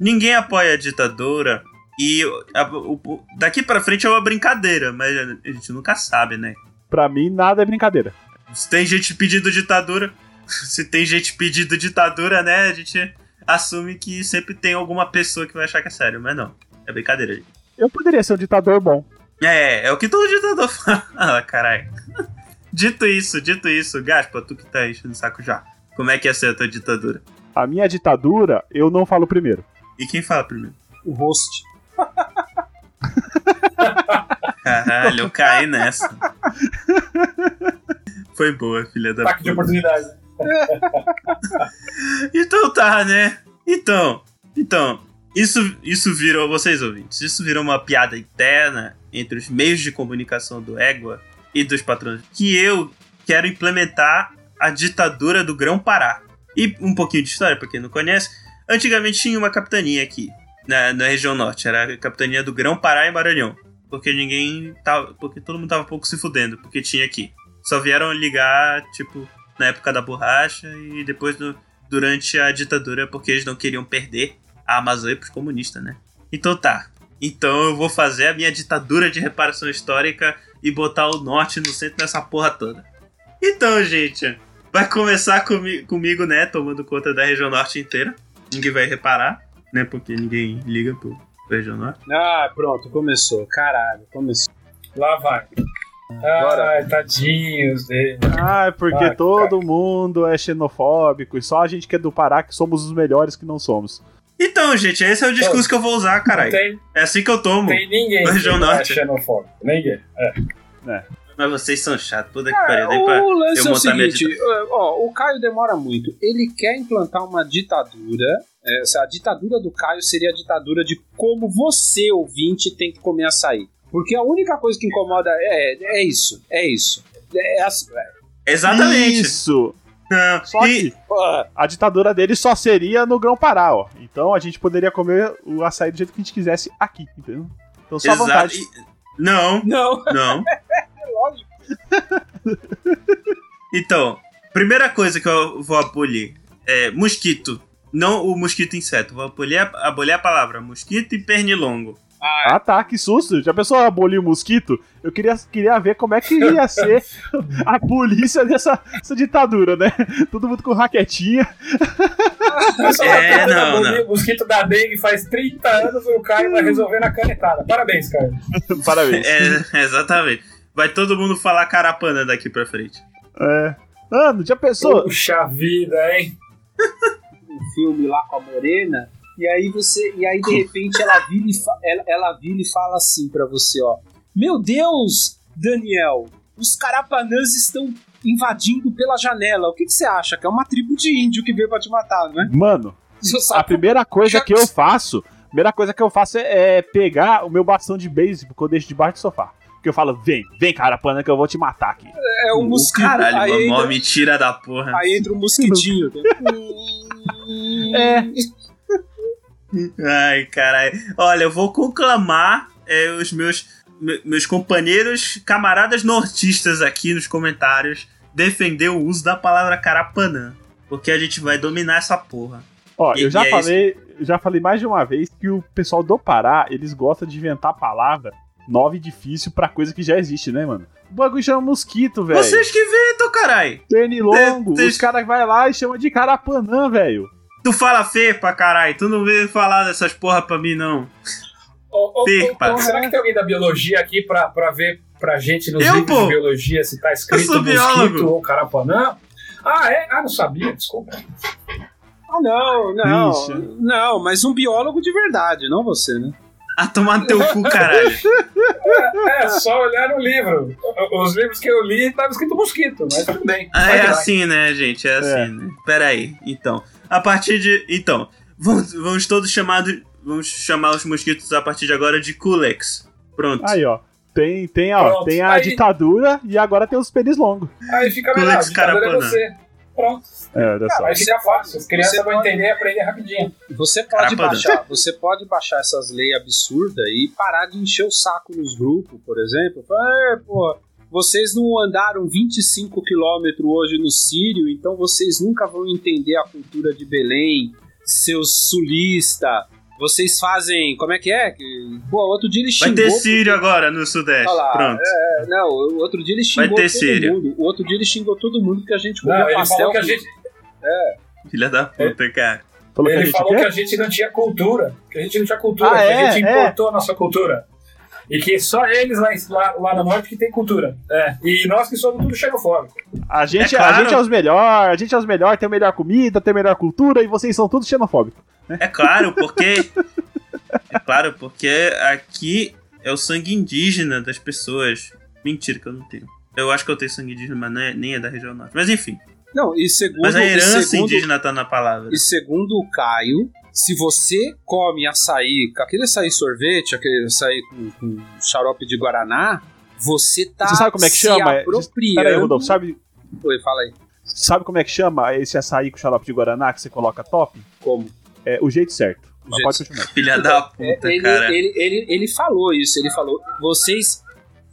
Speaker 1: Ninguém apoia a ditadura. E a- o- o- daqui pra frente é uma brincadeira, mas a gente nunca sabe, né?
Speaker 3: Pra mim, nada é brincadeira.
Speaker 1: Se tem gente pedindo ditadura, se tem gente pedindo ditadura, né? A gente assume que sempre tem alguma pessoa que vai achar que é sério, mas não. É brincadeira, gente.
Speaker 3: Eu poderia ser um ditador bom.
Speaker 1: É, é o que todo ditador fala, caralho. Dito isso, dito isso, Gaspa, tu que tá enchendo o saco já. Como é que ia ser a tua ditadura?
Speaker 3: A minha ditadura, eu não falo primeiro.
Speaker 1: E quem fala primeiro?
Speaker 2: O host.
Speaker 1: Caralho, eu caí nessa. Foi boa, filha da
Speaker 6: Ataque de oportunidade.
Speaker 1: Então tá, né? Então, então, isso, isso virou, vocês ouvintes, isso virou uma piada interna entre os meios de comunicação do Égua e dos patrões. Que eu quero implementar a ditadura do Grão-Pará. E um pouquinho de história, pra quem não conhece. Antigamente tinha uma capitania aqui, na, na região norte. Era a capitania do Grão-Pará e Maranhão. Porque ninguém tava. Porque todo mundo tava um pouco se fudendo, porque tinha aqui. Só vieram ligar, tipo, na época da borracha e depois do, durante a ditadura, porque eles não queriam perder a Amazônia pros comunistas, né? Então tá. Então eu vou fazer a minha ditadura de reparação histórica e botar o norte no centro dessa porra toda. Então, gente, vai começar comi- comigo, né? Tomando conta da região norte inteira. Ninguém vai reparar, né? Porque ninguém liga pro, pro região norte.
Speaker 2: Ah, pronto, começou. Caralho, começou.
Speaker 6: Lá vai.
Speaker 2: Bora.
Speaker 6: Ai, tadinhos dele.
Speaker 3: Ah, é porque
Speaker 6: Ah,
Speaker 3: todo mundo é xenofóbico e só a gente que é do Pará que somos os melhores que não somos.
Speaker 1: Então, gente, esse é o discurso que eu vou usar,
Speaker 6: Não
Speaker 1: caralho.
Speaker 6: tem,
Speaker 1: É assim que eu tomo.
Speaker 6: tem ninguém que
Speaker 1: Região
Speaker 6: não é
Speaker 1: Norte.
Speaker 6: xenofóbico. Ninguém.
Speaker 1: Mas vocês são chatos, puta que
Speaker 2: Cara,
Speaker 1: pariu. Daí pra-
Speaker 2: o lance
Speaker 1: eu
Speaker 2: é o
Speaker 1: montar minha
Speaker 2: seguinte: ó, o Caio demora muito. Ele quer implantar uma ditadura. Essa, a ditadura do Caio seria a ditadura de como você, ouvinte, tem que comer açaí. Porque a única coisa que incomoda é, é isso. É isso. É, assim, é,
Speaker 1: Exatamente.
Speaker 3: Isso!
Speaker 1: Não,
Speaker 3: Só
Speaker 1: e-
Speaker 3: que a ditadura dele só seria no Grão-Pará, ó. Então a gente poderia comer o açaí do jeito que a gente quisesse aqui, entendeu? Então só à
Speaker 1: exa-
Speaker 3: vontade.
Speaker 1: e- Não,
Speaker 2: não,
Speaker 1: não.
Speaker 2: é lógico.
Speaker 1: Então, primeira coisa que eu vou abolir é mosquito. Não o mosquito inseto. Vou abolir a, abolir a palavra mosquito e pernilongo.
Speaker 3: Ah tá, que susto! Já pensou abolir o mosquito? Eu queria, queria ver como é que ia ser a polícia dessa dessa ditadura, né? Todo mundo com raquetinha.
Speaker 1: É, não, não.
Speaker 6: O um mosquito da dengue faz 30 anos e o Caio vai resolver na canetada. Parabéns, Caio.
Speaker 3: Parabéns.
Speaker 1: É, exatamente. Vai todo mundo falar carapana daqui pra frente.
Speaker 3: É. Mano, já pensou?
Speaker 6: Puxa vida, hein?
Speaker 2: Um filme lá com a Morena. E aí você. E aí, de repente, ela vira e, fa- ela, ela vira e fala assim pra você, ó. Meu Deus, Daniel, os carapanãs estão invadindo pela janela. O que, que você acha? Que é uma tribo de índio que veio pra te matar, não é?
Speaker 3: Mano,
Speaker 2: Você
Speaker 3: a
Speaker 2: sabe?
Speaker 3: primeira coisa que eu faço, a primeira coisa que eu faço é, é pegar o meu bastão de beisebol que eu deixo debaixo do sofá. Que eu falo, vem, vem, carapana, que eu vou te matar aqui.
Speaker 2: É um mosquito.
Speaker 1: Caralho,
Speaker 2: aí,
Speaker 1: mano, mó
Speaker 2: entra,
Speaker 1: mentira da porra.
Speaker 2: aí entra um mosquitinho. né?
Speaker 3: É.
Speaker 1: Ai, caralho. Olha, eu vou conclamar é, os meus, me- meus companheiros, camaradas nortistas aqui nos comentários, defender o uso da palavra carapanã. Porque a gente vai dominar essa porra.
Speaker 3: Ó,
Speaker 1: E-
Speaker 3: eu já
Speaker 1: e é
Speaker 3: falei, eu já falei mais de uma vez que o pessoal do Pará, eles gostam de inventar palavra nova e difícil pra coisa que já existe, né, mano? O bagulho chama mosquito, velho.
Speaker 1: Vocês que inventam, caralho!
Speaker 3: Pernilongo,
Speaker 1: Vocês-
Speaker 3: os caras vai lá e chama de carapanã, velho.
Speaker 1: Tu fala fepa, caralho. Tu não veio falar dessas porra pra mim, não.
Speaker 6: Ô, ô,
Speaker 1: Pipa.
Speaker 6: ô, ô, será que tem alguém da biologia aqui pra, pra ver pra gente nos
Speaker 1: Eu,
Speaker 6: livros
Speaker 1: pô.
Speaker 6: de biologia se tá
Speaker 1: Eu
Speaker 6: escrito
Speaker 1: sou biólogo.
Speaker 6: mosquito ou carapanã? Ah, é? Ah, não sabia, desculpa.
Speaker 2: Ah, não, não.
Speaker 3: Ixi.
Speaker 2: Não, mas um biólogo de verdade, não você, né?
Speaker 1: Ah, tomar no teu cu, caralho.
Speaker 6: É, só olhar no livro. Os livros que eu li tava escrito mosquito, mas tudo bem.
Speaker 1: Ah,
Speaker 6: Vai
Speaker 1: é
Speaker 6: que vai.
Speaker 1: assim, né, gente? É assim, né? Pera aí. Então, a partir de... Então, vamos, vamos todos chamados... Vamos chamar os mosquitos a partir de agora de culex. Pronto.
Speaker 3: Aí, ó. Tem, tem, ó,
Speaker 6: Pronto,
Speaker 3: tem a
Speaker 6: aí.
Speaker 3: ditadura e agora tem os pernilongos.
Speaker 6: Aí fica
Speaker 1: Culex
Speaker 6: melhor, ditadura é
Speaker 1: Carapanã.
Speaker 6: você. Pronto,
Speaker 3: É, olha só.
Speaker 6: aí fica fácil. As
Speaker 2: Você
Speaker 6: crianças vão
Speaker 2: pode-
Speaker 6: entender e aprender rapidinho.
Speaker 2: Você pode
Speaker 1: Carapanã.
Speaker 2: baixar, você pode baixar essas leis absurdas e parar de encher o saco nos grupos, por exemplo. Falar, "É, pô, vocês não andaram 25 quilômetros hoje no Sírio, então vocês nunca vão entender a cultura de Belém, seus sulista. Vocês fazem, como é que é? Que- Pô, outro dia ele
Speaker 1: Vai
Speaker 2: xingou.
Speaker 1: ter
Speaker 2: porque-
Speaker 1: Sírio agora no Sudeste.
Speaker 2: Olha lá,
Speaker 1: Pronto.
Speaker 2: é, não, o outro dia ele xingou
Speaker 1: ter
Speaker 2: todo
Speaker 1: Sírio.
Speaker 2: mundo. O outro dia ele xingou todo mundo que a gente comia
Speaker 6: Não, ele
Speaker 2: pastel.
Speaker 6: falou que a
Speaker 2: com-
Speaker 6: gente.
Speaker 2: É.
Speaker 1: Filha da puta, cara.
Speaker 3: Falou que a
Speaker 6: Ele
Speaker 3: gente
Speaker 6: falou
Speaker 3: quer?
Speaker 6: que a gente não tinha cultura. Que a gente não tinha cultura,
Speaker 3: Ah,
Speaker 6: que
Speaker 3: é?
Speaker 6: a gente
Speaker 3: É.
Speaker 6: importou a nossa cultura. E que só eles lá, lá, lá no norte que tem cultura. É. E nós que somos tudo xenofóbico.
Speaker 3: A gente,
Speaker 1: É claro.
Speaker 3: a gente é os melhores, a gente é os melhores, tem a melhor comida, tem a melhor cultura e vocês são todos xenofóbicos.
Speaker 1: É claro, porque. É claro, porque aqui é o sangue indígena das pessoas. Mentira que eu não tenho. Eu acho que eu tenho sangue indígena, mas não é- nem é da região norte. Mas enfim.
Speaker 2: Não, e segundo,
Speaker 1: Mas a
Speaker 2: e
Speaker 1: herança
Speaker 2: segundo,
Speaker 1: indígena tá na palavra.
Speaker 2: e segundo o Caio, se você come açaí, aquele açaí sorvete, aquele açaí com, com xarope de guaraná, você tá
Speaker 3: Você sabe como é que
Speaker 2: se
Speaker 3: chama?
Speaker 2: apropriando...
Speaker 3: Peraí, Rodolfo, sabe,
Speaker 2: Oi, fala aí.
Speaker 3: sabe como é que chama esse açaí com xarope de guaraná que você coloca top?
Speaker 2: Como?
Speaker 3: É o jeito certo. Mas
Speaker 2: jeito
Speaker 3: pode continuar.
Speaker 1: Filha da puta,
Speaker 2: É, ele,
Speaker 1: cara.
Speaker 2: ele, ele, ele falou isso, ele falou, vocês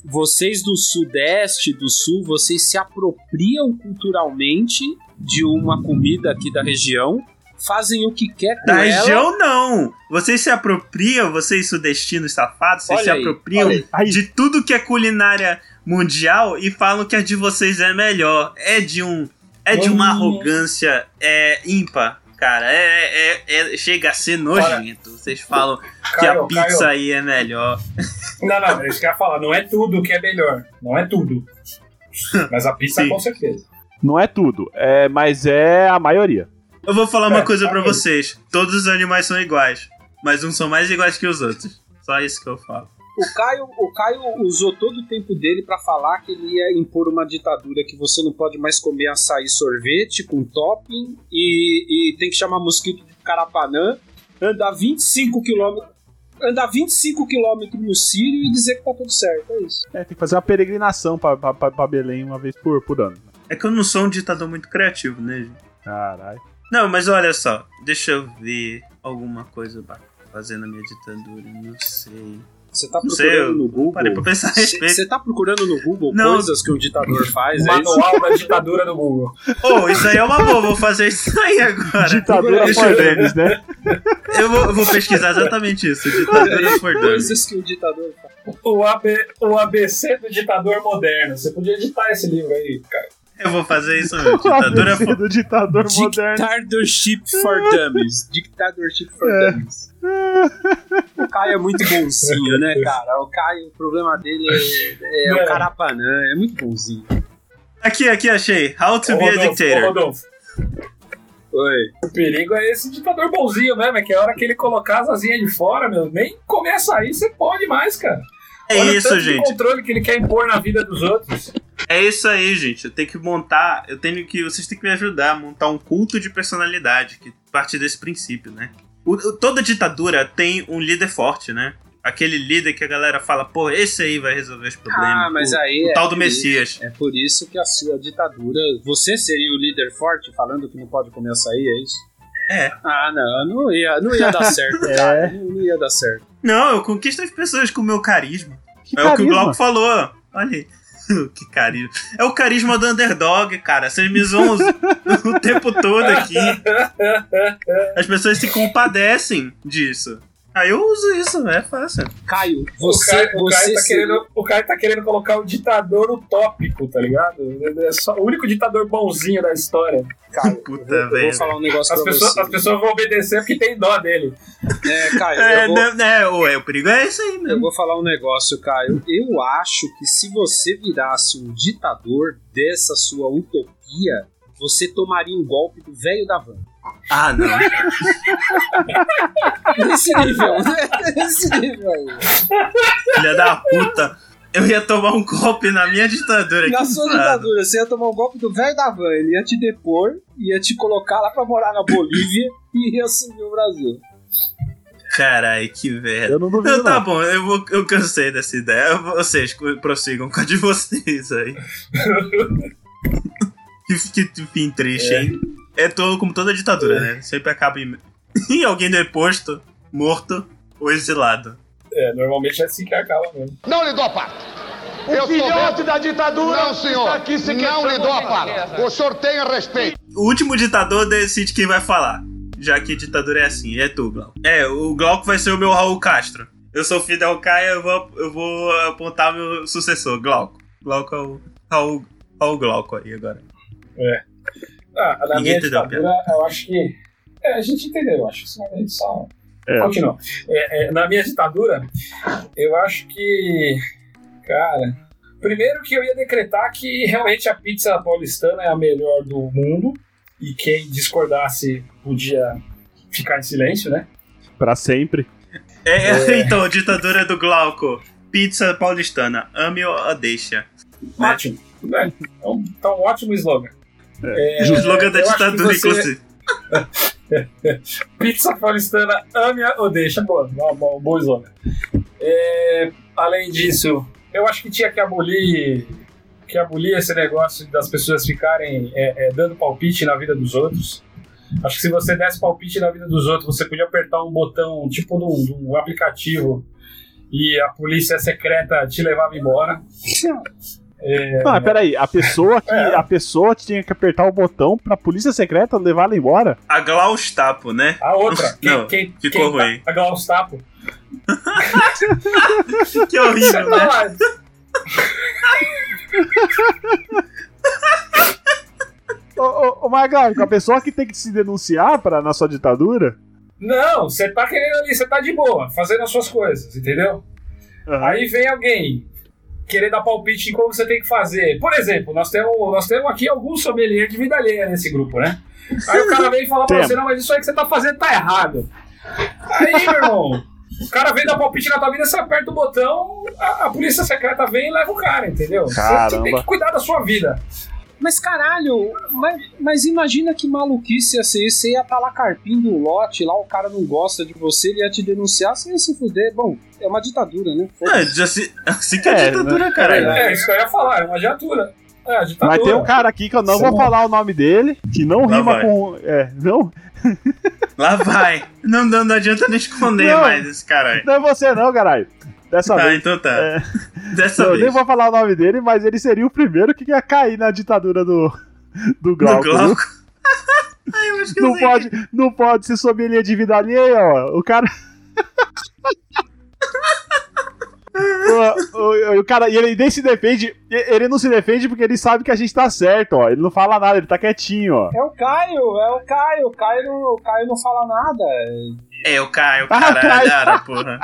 Speaker 2: vocês do sudeste, do sul, vocês se apropriam culturalmente de uma comida aqui da região, fazem o que quer com
Speaker 1: Da
Speaker 2: ela.
Speaker 1: região, não! Vocês se apropriam, vocês sudestinos safados, vocês
Speaker 2: Olha
Speaker 1: se
Speaker 2: aí,
Speaker 1: apropriam
Speaker 2: olha
Speaker 3: aí.
Speaker 1: de tudo que é culinária mundial e falam que a de vocês é melhor. É de um. É de uma
Speaker 6: Hum.
Speaker 1: arrogância é, ímpar, cara. É, é- é- é- chega a ser nojento. Vocês falam que a
Speaker 6: Caio,
Speaker 1: pizza
Speaker 6: Caio.
Speaker 1: aí é melhor.
Speaker 6: Não, não, é isso que eu ia falar. Não é tudo que é melhor. Não é tudo. Mas a pizza
Speaker 1: Sim.
Speaker 6: com certeza.
Speaker 3: Não é tudo, é, mas é a maioria.
Speaker 1: Eu vou falar uma
Speaker 6: É,
Speaker 1: coisa
Speaker 6: tá
Speaker 1: pra
Speaker 6: bem.
Speaker 1: vocês: todos os animais são iguais, mas uns são mais iguais que os outros. Só isso que eu falo.
Speaker 2: O Caio, o Caio usou todo o tempo dele pra falar que ele ia impor uma ditadura que você não pode mais comer açaí sorvete com topping e, e tem que chamar mosquito de carapanã, andar 25 quilômetros andar 25 quilômetros no Sírio e dizer que tá tudo certo, é isso.
Speaker 3: É, tem que fazer uma peregrinação pra, pra, pra- pra Belém uma vez por, por ano.
Speaker 1: É que eu não sou um ditador muito criativo, né, gente?
Speaker 3: Caralho.
Speaker 1: Não, mas olha só, deixa eu ver alguma coisa pra fazer na minha ditadura, não sei.
Speaker 2: Você tá
Speaker 1: Não sei, eu
Speaker 2: procurando no Google.
Speaker 1: Parei pra pensar a respeito.
Speaker 2: Você tá procurando no Google
Speaker 1: Não.
Speaker 2: coisas que um ditador faz? É isso?
Speaker 6: Manual da ditadura do Google.
Speaker 1: Oh, isso aí é uma boa, vou fazer isso aí agora.
Speaker 3: Ditadura
Speaker 6: Deixa
Speaker 3: por
Speaker 6: eu-
Speaker 3: Denis, né?
Speaker 1: Eu vou, eu vou pesquisar exatamente isso, ditadura for dummies.
Speaker 2: Coisas que um ditador faz.
Speaker 6: O, AB, o ABC do ditador moderno. Você podia editar esse livro aí, cara.
Speaker 1: Eu vou fazer isso mesmo, ditadura é for...
Speaker 3: do ditador
Speaker 2: é
Speaker 3: moderno.
Speaker 2: Dictatorship for Dummies. Dictatorship for Dummies. O Caio é muito bonzinho, né, cara? O Caio, o problema dele é, é o
Speaker 6: É.
Speaker 2: carapanã, é muito bonzinho.
Speaker 1: Aqui, aqui, achei. How to
Speaker 6: Ô,
Speaker 1: be a
Speaker 6: Rodolfo, ô,
Speaker 1: dictator.
Speaker 6: Rodolfo,
Speaker 2: Oi.
Speaker 6: o perigo é esse ditador bonzinho mesmo. É que a hora que ele colocar as asinhas de fora, meu, nem começa aí, você pode mais, cara.
Speaker 1: É
Speaker 6: Olha o
Speaker 1: isso,
Speaker 6: tanto de
Speaker 1: gente.
Speaker 6: controle que ele quer impor na vida dos outros.
Speaker 1: É isso aí, gente. Eu tenho que montar, eu tenho que, vocês têm que me ajudar a montar um culto de personalidade que parte desse princípio, né? O- o- toda ditadura tem um líder forte, né? Aquele líder que a galera fala, pô, esse aí vai resolver os problemas.
Speaker 2: Ah, mas
Speaker 1: o,
Speaker 2: aí.
Speaker 1: o
Speaker 2: é
Speaker 1: tal do
Speaker 2: por
Speaker 1: Messias.
Speaker 2: isso- É por isso que a sua ditadura. Você seria o líder forte falando que não pode comer açaí, é isso?
Speaker 1: É.
Speaker 2: Ah, não, não ia, não ia dar certo,
Speaker 3: É.
Speaker 2: cara. Não, não ia dar certo.
Speaker 1: Não, eu conquisto as pessoas com o meu carisma.
Speaker 3: Que
Speaker 1: é o que o
Speaker 3: carisma.
Speaker 1: Glauco falou. Olha aí. que carisma. É o carisma do underdog, cara. Vocês me zoam o tempo todo aqui. As pessoas se compadecem disso. Aí eu uso isso, é fácil.
Speaker 2: Caio, você.
Speaker 6: o, cara, o,
Speaker 2: você
Speaker 6: cara tá
Speaker 2: seria-
Speaker 6: querendo, o cara tá querendo colocar o ditador utópico, tá ligado? É só o único ditador bonzinho da história.
Speaker 2: Caio,
Speaker 1: Puta,
Speaker 2: eu vou, eu
Speaker 1: velho.
Speaker 2: vou falar um negócio
Speaker 6: né? As
Speaker 2: pra
Speaker 6: pessoas,
Speaker 2: você.
Speaker 6: as pessoas vão obedecer porque tem dó dele.
Speaker 2: É, Caio,
Speaker 1: É,
Speaker 2: eu, vou,
Speaker 1: não, né, ué, o perigo é isso aí
Speaker 2: eu
Speaker 1: mesmo.
Speaker 2: vou falar um negócio, Caio. Eu acho que se você virasse um ditador dessa sua utopia, você tomaria um golpe do velho da van.
Speaker 1: Ah, não.
Speaker 2: Nesse nível, né? Nesse nível aí.
Speaker 1: Filha da puta. Eu ia tomar um golpe na minha ditadura.
Speaker 2: Na
Speaker 1: É que
Speaker 2: sua
Speaker 1: zoado.
Speaker 2: ditadura, você ia tomar um golpe do velho da van. Ele ia te depor, ia te colocar lá pra morar na Bolívia e ia assumir o Brasil.
Speaker 1: Ah, Carai, que merda.
Speaker 3: Eu não duvido.
Speaker 1: Não, tá
Speaker 3: não.
Speaker 1: bom, eu, vou- eu cansei dessa ideia. Eu- Vocês co- prossigam com a de vocês aí. que, que fim triste, hein? É todo, como toda ditadura, né? Sempre acaba em, em alguém deposto, morto ou exilado.
Speaker 6: É, normalmente é assim que acaba mesmo.
Speaker 7: Não lhe dou a parte. O eu filhote da ditadura não, senhor. não lhe dou a parte. O senhor tenha respeito.
Speaker 1: O último ditador decide quem vai falar. Já que ditador é assim, é tu, Glauco. É, o Glauco vai ser o meu Raul Castro. Eu sou Fidel Caia, eu vou, eu vou apontar meu sucessor, Glauco. Glauco é o Raul, Raul Glauco aí agora.
Speaker 6: Ah,
Speaker 1: Ninguém
Speaker 6: na Ah, minha
Speaker 1: entendeu a
Speaker 6: ditadura, eu acho que É, a gente entendeu, eu acho. Senão a gente só.
Speaker 3: É.
Speaker 6: Continua. É, é, na minha ditadura, eu acho que. Cara. Primeiro que eu ia decretar que realmente a pizza paulistana é a melhor do mundo. E quem discordasse podia ficar em silêncio, né?
Speaker 3: Pra sempre.
Speaker 1: É, é, Então, ditadura do Glauco. Pizza paulistana. Ame ou a deixa.
Speaker 6: Ótimo. né? É um, tá um ótimo slogan.
Speaker 1: É.
Speaker 3: É,
Speaker 6: É,
Speaker 1: o slogan da
Speaker 6: eu acho que
Speaker 1: ditadura,
Speaker 6: você-
Speaker 1: inclusive.
Speaker 6: Pizza paulistana, ame ou deixa. é Boa, boa, boa, bom slogan. É, além disso, eu acho que tinha que abolir, que abolir esse negócio das pessoas ficarem é, é, dando palpite na vida dos outros. Acho que se você desse palpite na vida dos outros, você podia apertar um botão, tipo de um, de um aplicativo, e a polícia secreta te levava embora.
Speaker 3: Não, mas peraí, a pessoa que.
Speaker 6: É.
Speaker 3: A pessoa tinha que apertar o botão pra polícia secreta levar ela embora.
Speaker 1: A Glaustapo, né?
Speaker 6: A outra, quem,
Speaker 1: Não,
Speaker 6: quem,
Speaker 1: ficou
Speaker 6: quem
Speaker 1: ruim.
Speaker 6: Tá, a Gaustapo.
Speaker 1: Que horrível, né?
Speaker 3: Ô, ô, ô Magal, a pessoa que tem que se denunciar pra, na sua ditadura.
Speaker 6: Não, você tá querendo ali, você tá de boa, fazendo as suas coisas, entendeu?
Speaker 3: Aham.
Speaker 6: Aí vem alguém querer dar palpite em como você tem que fazer. Por exemplo, nós temos, nós temos aqui alguns sommelier de vida alheia nesse grupo, né? Aí o cara vem e fala pra
Speaker 3: Temos.
Speaker 6: você, não, mas isso aí que você tá fazendo tá errado. Aí, meu irmão, o cara vem dar palpite na tua vida, você aperta o botão, a, a polícia secreta vem e leva o cara, entendeu? Você- Você tem
Speaker 3: Caramba.
Speaker 6: que cuidar da sua vida.
Speaker 2: Mas caralho, mas, mas imagina que maluquice ia ser isso. Você ia estar lá carpindo o lote, lá o cara não gosta de você, ele ia te denunciar, você ia se fuder. Bom, é uma ditadura, né? Foda-se.
Speaker 1: Ah, já se- assim que é,
Speaker 3: É,
Speaker 1: ditadura, caralho.
Speaker 6: É, isso que eu ia falar, é uma ditadura. É, ditadura.
Speaker 3: Mas tem um cara aqui que eu não
Speaker 6: Sim.
Speaker 3: vou falar o nome dele, que não
Speaker 1: Lá
Speaker 3: rima
Speaker 1: vai.
Speaker 3: com. É, não,
Speaker 1: Lá vai. Não, não, não adianta nem esconder
Speaker 3: Não.
Speaker 1: mais esse caralho.
Speaker 3: não é você não, caralho. Dessa
Speaker 1: Tá,
Speaker 3: vez.
Speaker 1: então tá.
Speaker 3: É.
Speaker 1: Dessa
Speaker 3: Eu
Speaker 1: vez.
Speaker 3: nem vou falar o nome dele, mas ele seria o primeiro que ia cair na ditadura do. Do
Speaker 1: Do
Speaker 3: Glauco. viu?
Speaker 1: Glauco. Ai, eu acho que eu
Speaker 3: Não
Speaker 1: sei.
Speaker 3: pode, não pode se sommelier de vida alheia, ó. O cara. o, o- o cara, e ele nem se defende. e- Ele não se defende porque ele sabe que a gente tá certo, ó. Ele não fala nada, ele tá quietinho, ó.
Speaker 2: É o Caio, é o Caio. O Caio, não- o Caio não fala nada.
Speaker 1: É, o Caio,
Speaker 3: Ah,
Speaker 1: caralho,
Speaker 3: Caio.
Speaker 1: cara, porra.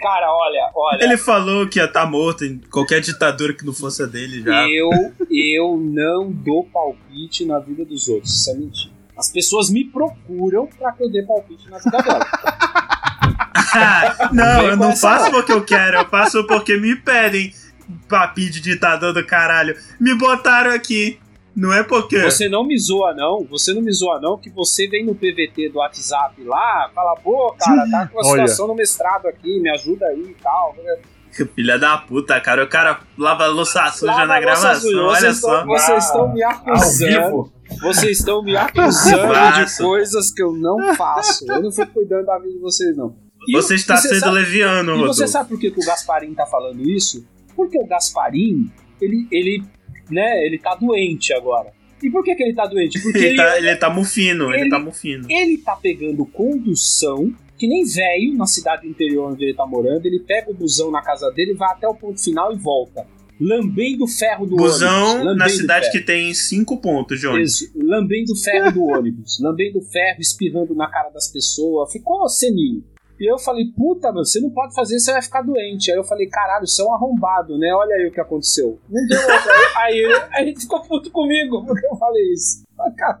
Speaker 2: Cara, olha, olha.
Speaker 1: Ele falou que ia estar morto em qualquer ditadura que não fosse a dele já.
Speaker 2: Eu, eu não dou palpite na vida dos outros, isso é mentira. As pessoas me procuram pra que eu dê palpite na vida dela.
Speaker 1: Ah, não,
Speaker 2: Vem
Speaker 1: eu
Speaker 2: com
Speaker 1: não
Speaker 2: essa,
Speaker 1: faço porque eu quero, eu faço porque me pedem. Papi de ditador do caralho. Me botaram aqui. Não é porque.
Speaker 2: Você não me zoa, não. Você não me zoa, não, que você vem no PVT do WhatsApp lá, fala, pô, cara, tá com a
Speaker 3: Olha.
Speaker 2: situação no mestrado aqui, me ajuda aí e tal.
Speaker 1: Filha da puta, cara. O cara lava a louça suja
Speaker 2: Lava
Speaker 1: na
Speaker 2: a louça
Speaker 1: gravação.
Speaker 2: suja,
Speaker 1: Olha
Speaker 2: vocês
Speaker 1: só.
Speaker 2: estão- Vocês estão me
Speaker 6: Ao
Speaker 2: acusando.
Speaker 6: vivo.
Speaker 2: Vocês estão me acusando de
Speaker 1: Faço.
Speaker 2: coisas que eu não faço. Eu não fico cuidando da vida de vocês, não. E
Speaker 1: Você
Speaker 2: o-
Speaker 1: está
Speaker 2: e
Speaker 1: sendo
Speaker 2: sabe-
Speaker 1: leviano,
Speaker 2: E você
Speaker 1: Rodolfo.
Speaker 2: sabe por que, que o Gasparim tá falando isso? Porque o Gasparim, ele, ele, né, ele tá doente agora. E por que, que ele tá doente? Porque
Speaker 1: Ele
Speaker 2: ele,
Speaker 1: tá, ele tá mufino, ele,
Speaker 2: ele-
Speaker 1: tá mufino.
Speaker 2: ele tá pegando condução, que nem velho, na cidade do interior onde ele tá morando, ele pega o busão na casa dele, vai até o ponto final e volta. Lambendo o ferro do ônibus.
Speaker 1: Busão na
Speaker 2: lambendo
Speaker 1: cidade
Speaker 2: ferro.
Speaker 1: que tem cinco pontos, Johnny.
Speaker 2: Isso, lambendo o ferro do ônibus, lambendo o ferro, espirrando na cara das pessoas, ficou senil. E eu falei, puta, meu, você não pode fazer isso, você vai ficar doente. Aí eu falei, caralho, você é um arrombado, né? Olha aí o que aconteceu. Não deu outra. Aí, aí, eu- aí ele ficou puto comigo, porque eu falei isso. Ah, cara,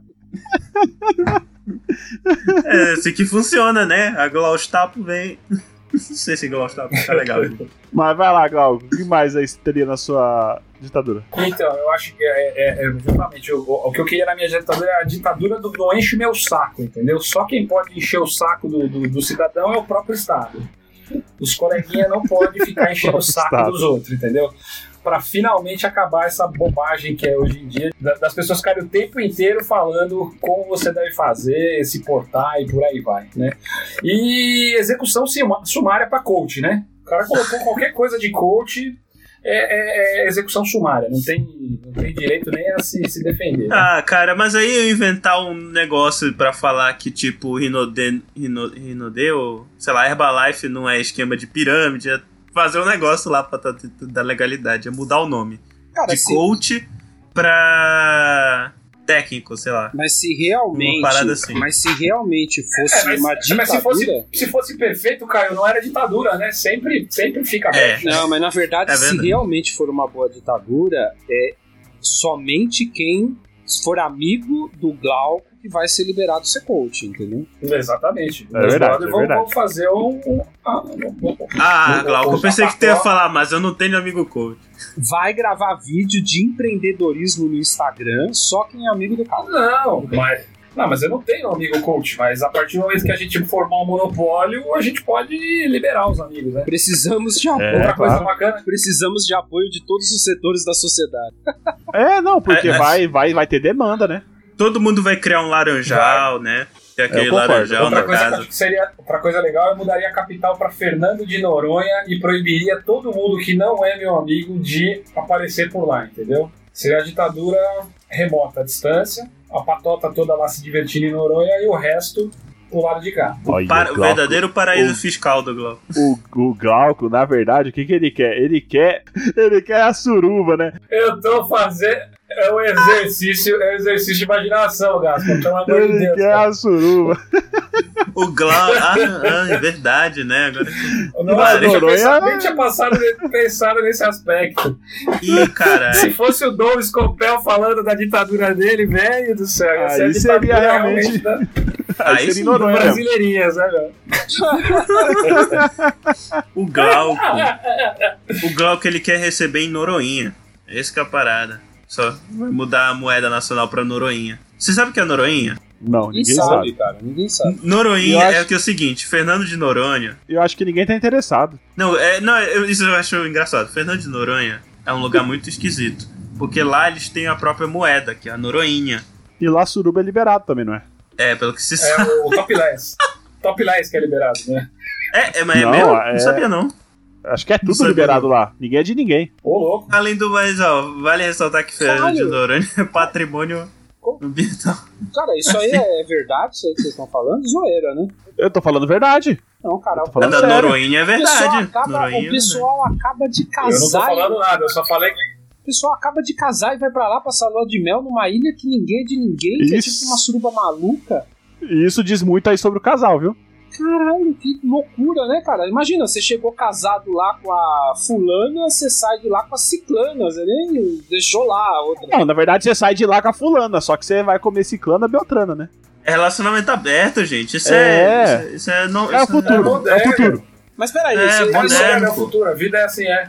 Speaker 1: É, assim que funciona, né? A Glaustapo vem. Não sei se Glaustapo tá legal.
Speaker 3: Mas vai lá, Glauco. O que mais aí teria na sua ditadura?
Speaker 6: Então, eu acho que é, é- é justamente o, o que eu queria na minha ditadura é a ditadura do não enche meu saco, entendeu? Só quem pode encher o saco do, do- do cidadão é o próprio Estado. Os coleguinhas não podem ficar enchendo o saco
Speaker 3: Estado.
Speaker 6: dos outros, entendeu? Pra finalmente acabar essa bobagem que é hoje em dia, da- das pessoas ficarem o tempo inteiro falando como você deve fazer, se portar e por aí vai, né? E execução suma- sumária pra coach, né? O cara colocou qualquer coisa de coach, é, é- é execução sumária, não tem, não tem direito nem a se, se defender. né?
Speaker 1: Ah, cara, mas aí eu inventar um negócio pra falar que, tipo, Rinode, Rino, Rinode ou, sei lá, Herbalife não é esquema de pirâmide, é fazer um negócio lá pra tá
Speaker 2: assim,
Speaker 1: dentro da legalidade, é mudar o nome.
Speaker 2: cara
Speaker 1: De
Speaker 2: se,
Speaker 1: coach pra técnico, sei lá.
Speaker 2: Mas se
Speaker 1: Uma
Speaker 2: realmente.
Speaker 1: parada assim.
Speaker 2: Mas se realmente
Speaker 6: É,
Speaker 2: fosse
Speaker 6: mas,
Speaker 2: uma ditadura.
Speaker 6: mas se, fosse, se fosse perfeito, Caio, não era ditadura, né? Sempre, sempre fica
Speaker 1: É.
Speaker 6: bem.
Speaker 2: Não, mas na verdade,
Speaker 1: Tá
Speaker 2: se
Speaker 1: vendo?
Speaker 2: realmente for uma boa ditadura, é somente quem for amigo do Glauco que vai ser liberado ser coach, entendeu?
Speaker 6: Exatamente.
Speaker 3: É verdade, é
Speaker 6: vamos,
Speaker 3: verdade.
Speaker 6: vamos fazer um. um- ah, um- um-
Speaker 1: Ah,
Speaker 6: Ou-
Speaker 1: Glauco,
Speaker 6: ou
Speaker 1: eu pensei que tu ia
Speaker 6: Chapapó.
Speaker 1: falar, mas eu não tenho amigo coach.
Speaker 2: Vai gravar vídeo de empreendedorismo no Instagram, só quem é amigo do cara.
Speaker 6: ah, Não, mas. Não, mas eu não tenho um amigo coach, mas a partir do momento que a gente formar um monopólio, a gente pode liberar os amigos, né?
Speaker 2: Precisamos de apoio.
Speaker 3: É,
Speaker 6: Outra coisa
Speaker 3: claro.
Speaker 6: bacana.
Speaker 2: Precisamos de apoio de todos os setores da sociedade.
Speaker 3: É, não, porque
Speaker 1: É, é.
Speaker 3: vai, vai, vai ter demanda, né?
Speaker 1: Todo mundo vai criar um laranjal, né? Tem aquele
Speaker 3: eu concordo.
Speaker 1: laranjal
Speaker 6: Outra
Speaker 1: na
Speaker 6: coisa, que eu
Speaker 1: casa.
Speaker 6: acho que seria, outra coisa legal, é eu mudaria a capital para Fernando de Noronha e proibiria todo mundo que não é meu amigo de aparecer por lá, entendeu? Seria a ditadura remota à distância, a patota toda lá se divertindo em Noronha e o resto pro lado de cá.
Speaker 3: Olha,
Speaker 1: Para, o
Speaker 3: Glauco.
Speaker 1: verdadeiro paraíso fiscal do Glauco.
Speaker 3: O, o Glauco, na verdade, o que, que ele quer? Ele quer. Ele quer a suruba, né?
Speaker 6: Eu tô fazendo. É um exercício, é um exercício de imaginação, Gaspar, pelo amor de
Speaker 3: Ele
Speaker 6: Deus.
Speaker 3: quer
Speaker 6: cara.
Speaker 3: a suruba.
Speaker 1: O Glauco. Ah, ah, é verdade, né? Agora que-
Speaker 6: Não,
Speaker 1: Mas
Speaker 6: nem tinha
Speaker 3: Noronha-
Speaker 6: pensado- nem tinha passado, pensado nesse aspecto.
Speaker 1: Ih, caralho.
Speaker 6: Se fosse o Douglas Copel falando da ditadura dele, velho do céu,
Speaker 3: Aí
Speaker 6: essa é
Speaker 3: seria
Speaker 6: a ditadura
Speaker 3: realmente-
Speaker 6: da-
Speaker 1: Aí
Speaker 3: seria
Speaker 1: sim,
Speaker 6: do
Speaker 3: ignorante. Noronha.
Speaker 6: brasileirinhas, né, meu?
Speaker 1: o Glauco. O Glauco ele quer receber em Noroinha. Esse que é a parada. Só vai mudar a moeda nacional pra Noroinha. Você sabe o que é Noroinha?
Speaker 3: Não, ninguém
Speaker 2: Ninguém
Speaker 3: sabe.
Speaker 2: sabe, cara. Ninguém sabe.
Speaker 1: Noroinha
Speaker 3: Eu acho-
Speaker 1: é o que é o seguinte: Fernando de Noronha
Speaker 3: Eu acho que ninguém tá interessado.
Speaker 1: Não, é, não eu- isso eu acho engraçado. Fernando de Noronha é um lugar muito esquisito. Porque lá eles têm a própria moeda, que é a Noroinha.
Speaker 3: E lá a suruba é liberado também, não é?
Speaker 1: É, pelo que se sabe.
Speaker 6: É o Top Less. Top Less que é liberado, né?
Speaker 1: É, é, mas é
Speaker 3: Não,
Speaker 1: mesmo?
Speaker 3: é-
Speaker 1: Não sabia não.
Speaker 3: Acho que é tudo
Speaker 1: sabia,
Speaker 3: liberado lá. Ninguém é de ninguém.
Speaker 6: Ô, louco.
Speaker 1: Além do mais, ó, vale ressaltar que Fernando de
Speaker 2: Caralho.
Speaker 1: Noronha é patrimônio ambiental.
Speaker 2: Cara, isso aí é verdade, isso aí que vocês estão falando? Zoeira, né?
Speaker 3: Eu tô falando verdade.
Speaker 2: Não, cara.
Speaker 3: Eu tô
Speaker 2: o-
Speaker 3: falando
Speaker 1: Não,
Speaker 3: sério.
Speaker 1: Noroinha é
Speaker 2: o pessoal
Speaker 1: verdade. né?
Speaker 2: acaba,
Speaker 1: Noroinha,
Speaker 2: o pessoal acaba de
Speaker 6: Eu não tô
Speaker 2: casar. e-
Speaker 6: falando nada, eu só falei que
Speaker 2: O pessoal acaba de casar e vai pra lá passar lua de mel numa ilha que ninguém é de ninguém, que é
Speaker 3: Isso.
Speaker 2: tipo uma suruba maluca.
Speaker 3: E isso diz muito aí sobre o casal, viu?
Speaker 2: Caralho, que loucura, né, cara? Imagina, você chegou casado lá com a fulana, você sai de lá com a ciclana, você nem deixou lá a outra.
Speaker 3: Não, na verdade você sai de lá com a fulana, só que você vai comer ciclana beltrana, né?
Speaker 1: É relacionamento aberto, gente. Isso
Speaker 3: É.
Speaker 1: é. Isso, isso é, não,
Speaker 3: É o
Speaker 1: isso
Speaker 3: futuro, é,
Speaker 6: moderno.
Speaker 3: o futuro.
Speaker 2: Mas peraí,
Speaker 1: É,
Speaker 2: você-
Speaker 1: bom
Speaker 6: pode
Speaker 1: Moderno,
Speaker 6: chegar no
Speaker 1: pô.
Speaker 6: futuro, a vida é assim, é.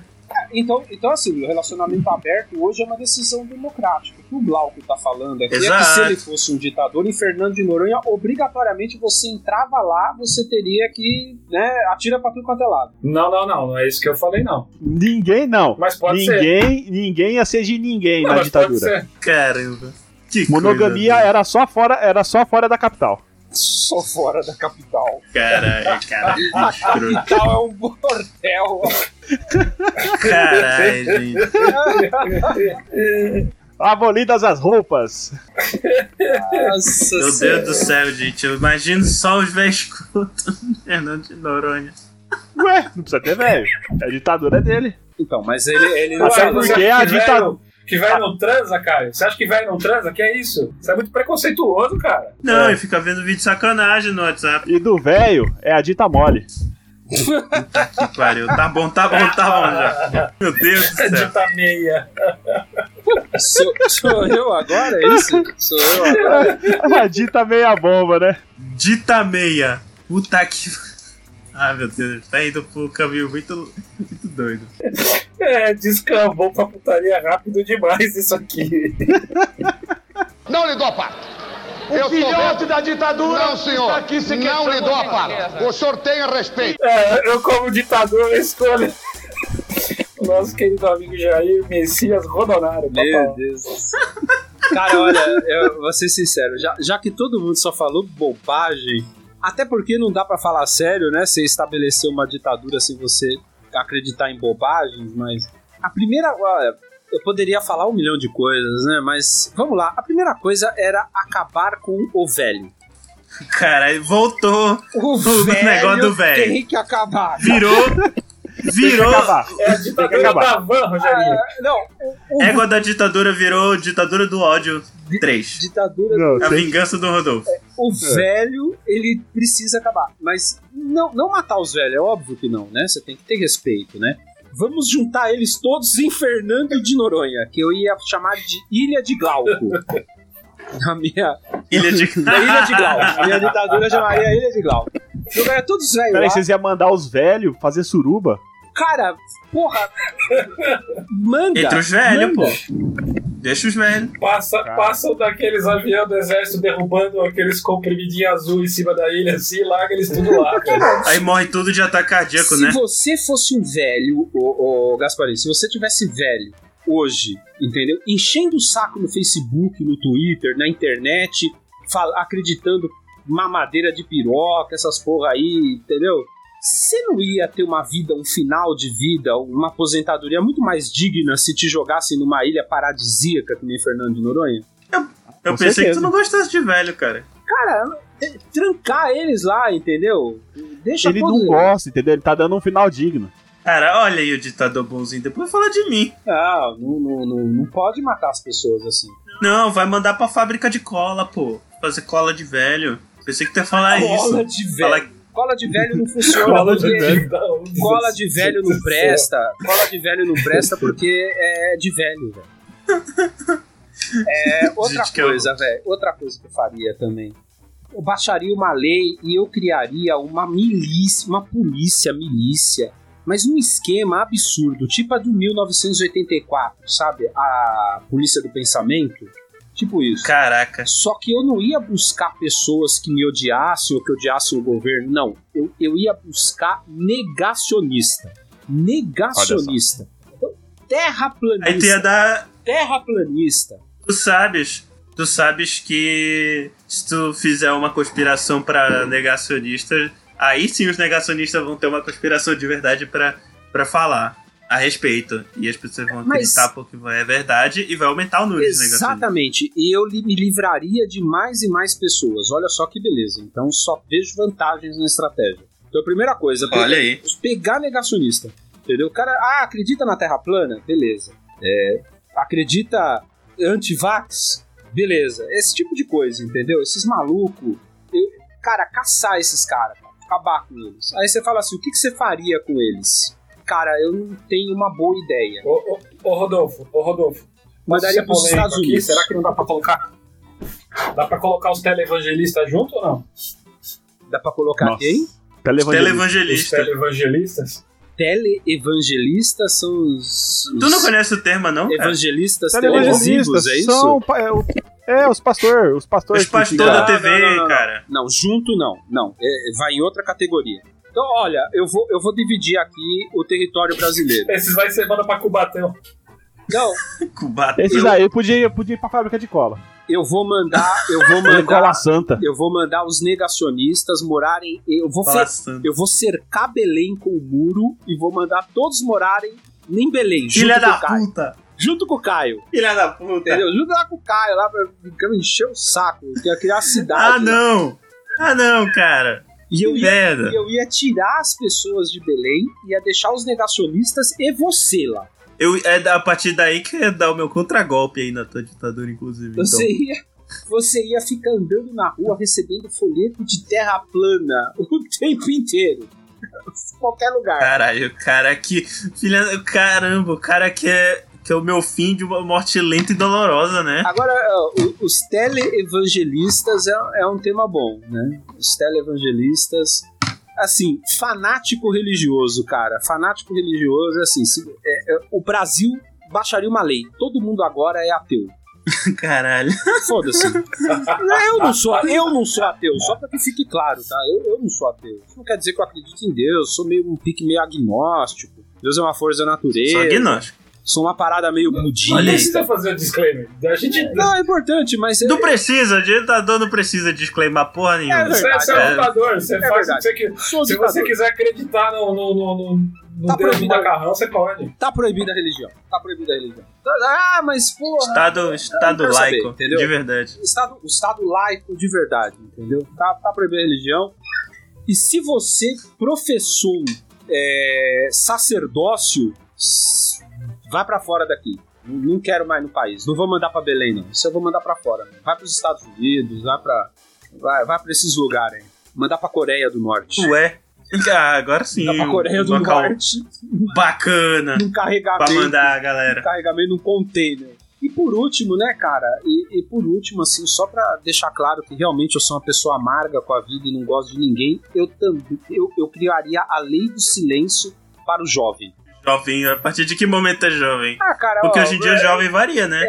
Speaker 2: então, então, assim, o relacionamento aberto hoje é uma decisão democrática. O que o Glauco tá falando aqui é que
Speaker 1: Exato.
Speaker 2: se ele fosse um ditador e Fernando de Noronha, obrigatoriamente você entrava lá, você teria que, né, atira pra tudo quanto é lado.
Speaker 6: Não, não, não, não é isso que eu falei, não.
Speaker 3: Ninguém não.
Speaker 6: Mas pode ser.
Speaker 3: ninguém, ninguém ia ser de ninguém
Speaker 6: Não,
Speaker 3: na
Speaker 6: mas pode
Speaker 3: ditadura.
Speaker 6: ser.
Speaker 1: Caramba. Que coisa,
Speaker 3: Monogamia
Speaker 1: né?
Speaker 3: era só fora, era só fora da capital.
Speaker 2: Só fora da capital.
Speaker 3: é.
Speaker 1: Caralho, caralho, que escroto.
Speaker 2: Capital é um bordel.
Speaker 1: Caralho, gente.
Speaker 3: Abolidas as roupas.
Speaker 2: Nossa
Speaker 1: Meu
Speaker 2: senhora.
Speaker 1: Deus do céu, gente. Eu imagino só os velhos cultos do Fernando de Noronha.
Speaker 3: Ué, não precisa ter velho. A ditadura é dele.
Speaker 2: Então, mas ele, ele não é
Speaker 3: Até
Speaker 6: Ué,
Speaker 2: sabe.
Speaker 3: porque
Speaker 6: você acha
Speaker 3: a
Speaker 6: que velho-
Speaker 3: ditadura-
Speaker 6: Que vai não transa, Caio? Você acha que vai não transa? Que é isso? Você é muito preconceituoso, cara.
Speaker 1: Não,
Speaker 3: É.
Speaker 1: ele fica vendo vídeo de sacanagem no WhatsApp.
Speaker 3: E do velho é a dita mole.
Speaker 1: Que pariu. Tá bom, tá bom, tá bom já. Meu Deus do céu.
Speaker 6: Dita meia.
Speaker 2: Sou, sou eu agora? É isso? Sou eu agora?
Speaker 3: A É dita meia bomba, né?
Speaker 1: Dita meia. Puta que. Ah, meu Deus. Tá indo pro caminho muito, muito doido.
Speaker 6: É, descambou pra putaria rápido demais isso aqui.
Speaker 7: Não lhe dou a parte. O eu filhote da ditadura. tá Não, senhor. não lhe dou a parte. O senhor tenha respeito.
Speaker 6: É, eu, como ditador, escolho. Nosso querido amigo Jair Messias Rodonaro.
Speaker 2: Meu
Speaker 6: papai.
Speaker 2: Deus. do céu. Cara, olha, eu vou ser sincero, já, já que todo mundo só falou bobagem, até porque não dá pra falar sério, né? Você estabelecer uma ditadura sem você acreditar em bobagens, mas a primeira, olha, eu poderia falar um milhão de coisas, né? Mas vamos lá. A primeira coisa era acabar com o velho.
Speaker 1: Caralho, voltou.
Speaker 2: O
Speaker 1: negócio do velho.
Speaker 2: tem que acabar.
Speaker 1: Virou. Virou.
Speaker 3: Acabar.
Speaker 6: É a ditadura
Speaker 3: acabar.
Speaker 2: Ah.
Speaker 6: da van, Rogerinho.
Speaker 2: Não, o, o
Speaker 1: Égua da ditadura virou ditadura do ódio 3.
Speaker 2: ditadura.
Speaker 3: Não,
Speaker 1: A
Speaker 3: tem-
Speaker 1: vingança do Rodolfo.
Speaker 2: O
Speaker 1: É.
Speaker 2: velho, ele precisa acabar. Mas não, não matar os velhos, é óbvio que não, né? Você tem que ter respeito, né? Vamos juntar eles todos em Fernando de Noronha, que eu ia chamar de Ilha de Glauco. Na minha,
Speaker 1: Ilha de...
Speaker 2: na Ilha de Glauco. Minha ditadura eu chamaria Ilha de Glauco. Jogaria todos os velhos
Speaker 3: Peraí,
Speaker 2: lá.
Speaker 3: vocês iam mandar os velhos fazer suruba?
Speaker 2: Cara, porra. Manda.
Speaker 1: Entre os velhos,
Speaker 2: manda.
Speaker 1: pô. Deixa os velhos.
Speaker 6: Passa,
Speaker 3: Cara.
Speaker 6: passam daqueles aviões do exército derrubando aqueles comprimidinhos azul em cima da ilha, assim, e larga eles tudo lá, cara.
Speaker 1: Aí morre tudo de ataque cardíaco,
Speaker 2: se
Speaker 1: né?
Speaker 2: você fosse um velho, ô, ô, Gasparinho, se você tivesse velho hoje, entendeu? Enchendo o saco no Facebook, no Twitter, na internet, fal- acreditando mamadeira de piroca, essas porra aí, entendeu? Você não ia ter uma vida, um final de vida, uma aposentadoria muito mais digna se te jogassem numa ilha paradisíaca que nem Fernando de Noronha?
Speaker 1: Eu
Speaker 3: com
Speaker 1: pensei que
Speaker 3: certeza.
Speaker 1: tu não gostasse de velho, cara.
Speaker 2: Cara, eh, trancar eles lá, entendeu? Deixa
Speaker 3: Ele não
Speaker 2: todos-
Speaker 3: gosta, entendeu? Ele tá dando um final digno.
Speaker 1: Cara, olha aí o ditador bonzinho. Depois fala de mim.
Speaker 2: Ah, não, não, não, não pode matar as pessoas assim.
Speaker 1: Não, vai mandar pra fábrica de cola, pô. Fazer cola de velho. Pensei que tu ia falar
Speaker 2: Cola
Speaker 1: É isso.
Speaker 2: de velho.
Speaker 1: Falar
Speaker 2: Cola de velho não funciona.
Speaker 6: Cola de
Speaker 2: porque
Speaker 6: velho. dá um
Speaker 2: Cola de velho não
Speaker 6: desespero.
Speaker 2: presta. Cola de velho não presta porque é de velho, velho. É, outra
Speaker 1: Gente, que
Speaker 2: coisa, velho. Outra coisa que eu faria também. Eu baixaria uma lei e eu criaria uma milícia, uma polícia, milícia, mas num esquema absurdo, tipo a do 1984, sabe? A polícia do pensamento. Tipo isso.
Speaker 1: Caraca.
Speaker 2: Só que eu não ia buscar pessoas que me odiassem ou que odiassem o governo, não. Eu, eu ia buscar negacionista. Negacionista. Então,
Speaker 1: Aí tu ia
Speaker 2: terraplanista.
Speaker 1: dar.
Speaker 2: Terraplanista.
Speaker 1: Tu sabes. Tu sabes que se tu fizer uma conspiração pra negacionistas, aí sim os negacionistas vão ter uma conspiração de verdade pra, pra falar a respeito. E as pessoas vão
Speaker 2: Mas-
Speaker 1: acreditar porque é verdade e vai aumentar o número de negacionistas.
Speaker 2: Exatamente. E eu li- me livraria de mais e mais pessoas. Olha só que beleza. Então só vejo vantagens na estratégia. Então, a primeira coisa,
Speaker 1: Olha aí.
Speaker 2: pegar negacionista. Entendeu? O cara, ah, acredita na Terra plana? Beleza. É, acredita anti-vax? Beleza. Esse tipo de coisa, entendeu? Esses malucos. eu- Cara, caçar esses caras, cara, acabar com eles. Aí você fala assim: o que, que você faria com eles? Cara, eu não tenho uma boa ideia.
Speaker 6: Ô, ô, ô, Rodolfo, ô Rodolfo.
Speaker 2: Mas daria
Speaker 6: Posso ser é
Speaker 2: pros
Speaker 6: polêmico
Speaker 2: Estados
Speaker 6: aqui?
Speaker 2: Unidos.
Speaker 6: Será que não dá pra colocar? Dá pra colocar os televangelistas junto ou não?
Speaker 2: Dá pra colocar
Speaker 3: Nossa.
Speaker 2: quem?
Speaker 3: Televangelista.
Speaker 6: Os
Speaker 1: Televangelista.
Speaker 6: televangelistas?
Speaker 2: Teleevangelistas são os. os
Speaker 1: Tu não conhece o termo, não? cara?
Speaker 2: Evangelistas televisivos,
Speaker 3: Televangelistas
Speaker 2: é isso?
Speaker 3: são. pa- Tá É, o- é, os pastores. Os pastores.
Speaker 1: Os pastores
Speaker 3: ficam-
Speaker 1: da TV,
Speaker 2: Não, não, não, não.
Speaker 1: cara.
Speaker 2: Não, junto não. Não, é, vai em outra categoria. Então, olha, eu vou, eu vou dividir aqui o território brasileiro. Então,
Speaker 6: Esses vai semana pra Cubatão.
Speaker 2: Não,
Speaker 1: Cubatão.
Speaker 3: Esses aí eu podia, eu podia ir pra fábrica de cola.
Speaker 2: eu vou mandar, eu vou
Speaker 3: Cola
Speaker 2: mandar,
Speaker 3: santa.
Speaker 2: eu vou mandar os negacionistas morarem, eu vou
Speaker 1: Fala
Speaker 2: fe-
Speaker 1: santo.
Speaker 2: eu vou cercar Belém com o muro e vou mandar todos morarem em Belém, junto
Speaker 1: Filha
Speaker 2: com
Speaker 1: da
Speaker 2: o Caio.
Speaker 1: puta!
Speaker 2: Junto com o Caio,
Speaker 1: Filha da puta!
Speaker 2: entendeu? Junto lá com o Caio, lá pra pra me encher o saco, eu quero criar a cidade.
Speaker 1: Ah,
Speaker 2: né?
Speaker 1: não! Ah, não, cara!
Speaker 2: E eu
Speaker 1: que
Speaker 2: ia
Speaker 1: merda!
Speaker 2: E eu ia tirar as pessoas de Belém, ia deixar os negacionistas e você lá.
Speaker 1: Eu, é da- a partir daí que ia dar o meu contragolpe aí na tua ditadura, inclusive. Então.
Speaker 2: Você ia, você ia ficar andando na rua recebendo folheto de terra plana o tempo inteiro. Em Qualquer lugar.
Speaker 1: Caralho, o cara que. Filha, caramba, o cara que é, que é o meu fim de uma morte lenta e dolorosa, né?
Speaker 2: Agora, ó, o- os teleevangelistas é, é um tema bom, né? Os teleevangelistas. Assim, fanático religioso, cara. Fanático religioso é assim. se- é- é- o Brasil baixaria uma lei. Todo mundo agora é ateu.
Speaker 1: Caralho.
Speaker 2: Foda-se. eu, não sou, eu não sou ateu, só pra que fique claro, tá? Eu, eu não sou ateu. Isso não quer dizer que eu acredito em Deus, sou meio um pique meio agnóstico. Deus é uma força da
Speaker 1: Só
Speaker 2: natureza.
Speaker 1: agnóstico.
Speaker 2: Sou uma parada meio
Speaker 6: Não
Speaker 2: budista.
Speaker 6: precisa fazer o disclaimer. A gente.
Speaker 2: Não, é importante, mas.
Speaker 1: Não precisa, ditador não precisa disclaimar porra nenhuma.
Speaker 6: Você
Speaker 2: verdade,
Speaker 6: você
Speaker 1: é.
Speaker 6: é lutador, você
Speaker 2: É
Speaker 6: faz o que
Speaker 2: verdade.
Speaker 6: você quiser.
Speaker 2: Sou
Speaker 6: Se
Speaker 2: ditador.
Speaker 6: você quiser acreditar no, no, no, no, no Deus
Speaker 2: Tá
Speaker 6: do
Speaker 2: proibido.
Speaker 6: macarrão, você pode.
Speaker 2: Tá proibida a religião. Tá proibida a religião. Ah, mas porra.
Speaker 1: Estado, estado
Speaker 2: quero saber,
Speaker 1: laico,
Speaker 2: entendeu?
Speaker 1: de verdade.
Speaker 2: o Estado, o Estado laico de verdade, entendeu? Tá, tá proibindo a religião. E se você professou é, sacerdócio, s- vai pra fora daqui. Não quero mais no país. Não vou mandar pra Belém, não. Isso eu vou mandar pra fora. Vai pros Estados Unidos, vai pra. Vai, vai pra esses lugares aí. Mandar pra Coreia do Norte.
Speaker 1: Ué. Ah, agora sim.
Speaker 2: Mandar pra Coreia do
Speaker 1: um local
Speaker 2: Norte
Speaker 1: Bacana.
Speaker 2: num
Speaker 1: Pra
Speaker 2: carregamento.
Speaker 1: mandar a galera.
Speaker 2: um carregamento num container. E por último, né, cara? E, e por último, assim, só pra deixar claro que realmente eu sou uma pessoa amarga com a vida e não gosto de ninguém, eu também eu, eu criaria a lei do silêncio para o jovem.
Speaker 1: Jovem, a partir de que momento é jovem?
Speaker 2: Ah, cara,
Speaker 1: Porque
Speaker 2: ó,
Speaker 1: hoje em dia jovem varia, né?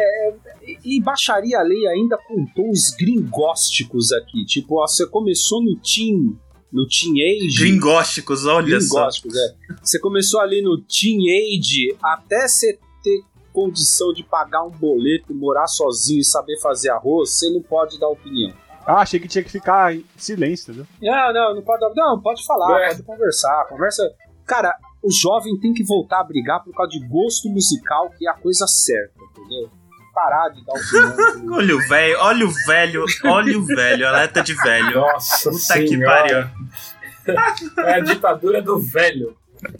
Speaker 2: e, e baixaria a lei ainda com tons gringósticos aqui. Tipo, ó, você começou no teen, no teenage.
Speaker 1: Gringósticos, olha só.
Speaker 2: Gringósticos, é. Você começou ali no teenage até você ter condição de pagar um boleto, morar sozinho e saber fazer arroz, você não pode dar opinião.
Speaker 3: Ah, achei que tinha que ficar em silêncio, entendeu?
Speaker 2: Não, não, não pode, não, pode falar,
Speaker 6: É.
Speaker 2: pode conversar, conversa. Cara, o jovem tem que voltar a brigar por causa de gosto musical, que é a coisa certa, entendeu? Parar de dar opinião.
Speaker 1: Olha o velho, olha o velho, olha o velho, alerta de velho.
Speaker 6: Nossa
Speaker 1: Puta que
Speaker 6: senhora. É a ditadura do velho.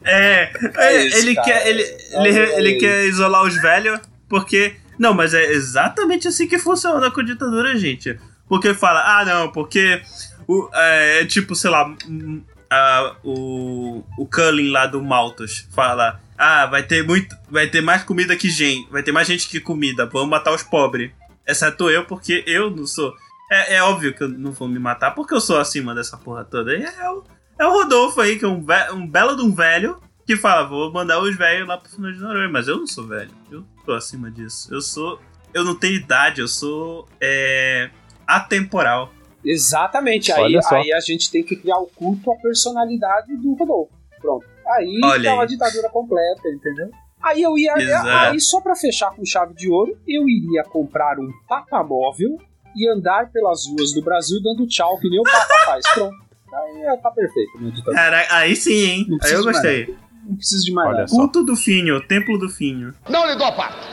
Speaker 1: É,
Speaker 2: É isso,
Speaker 1: ele,
Speaker 2: cara.
Speaker 1: quer, ele,
Speaker 2: Olha
Speaker 1: ele,
Speaker 2: aí.
Speaker 1: ele quer isolar os velhos, porque. Não, mas é exatamente assim que funciona com a ditadura, gente. Porque fala, ah, não, porque. O, é, é tipo, sei lá, hum, ah, o, o Cullen lá do Malthus fala. Ah, vai ter muito. Vai ter mais comida que gente. Vai ter mais gente que comida. Vamos matar os pobres. Exceto eu, porque eu não sou. É, é óbvio que eu não vou me matar, porque eu sou acima dessa porra toda. E é o, é o Rodolfo aí, que é um, ve- um belo de um velho, que fala, vou mandar os velhos lá pro Fernando de Noronha, mas eu não sou velho. Eu tô acima disso. Eu sou. Eu não tenho idade, eu sou. É. atemporal.
Speaker 2: Exatamente, aí,
Speaker 3: Olha só.
Speaker 2: aí a gente tem que criar o culto à personalidade do Rodolfo. Pronto. Aí
Speaker 1: Olha
Speaker 2: tá uma
Speaker 1: aí.
Speaker 2: ditadura completa, entendeu? Aí eu ia. é,
Speaker 1: Exato.
Speaker 2: Aí só pra fechar com chave de ouro, eu iria comprar um papamóvel e andar pelas ruas do Brasil dando tchau, que nem o Papa faz. Pronto. Aí tá perfeito, minha ditadura.
Speaker 1: Caraca, aí sim, hein?
Speaker 2: Não
Speaker 1: Aí eu
Speaker 2: preciso de
Speaker 1: gostei.
Speaker 2: Não preciso de mais
Speaker 3: Olha
Speaker 2: nada.
Speaker 3: só.
Speaker 1: Culto do Finho, Templo do Finho.
Speaker 7: Não lhe dou parte.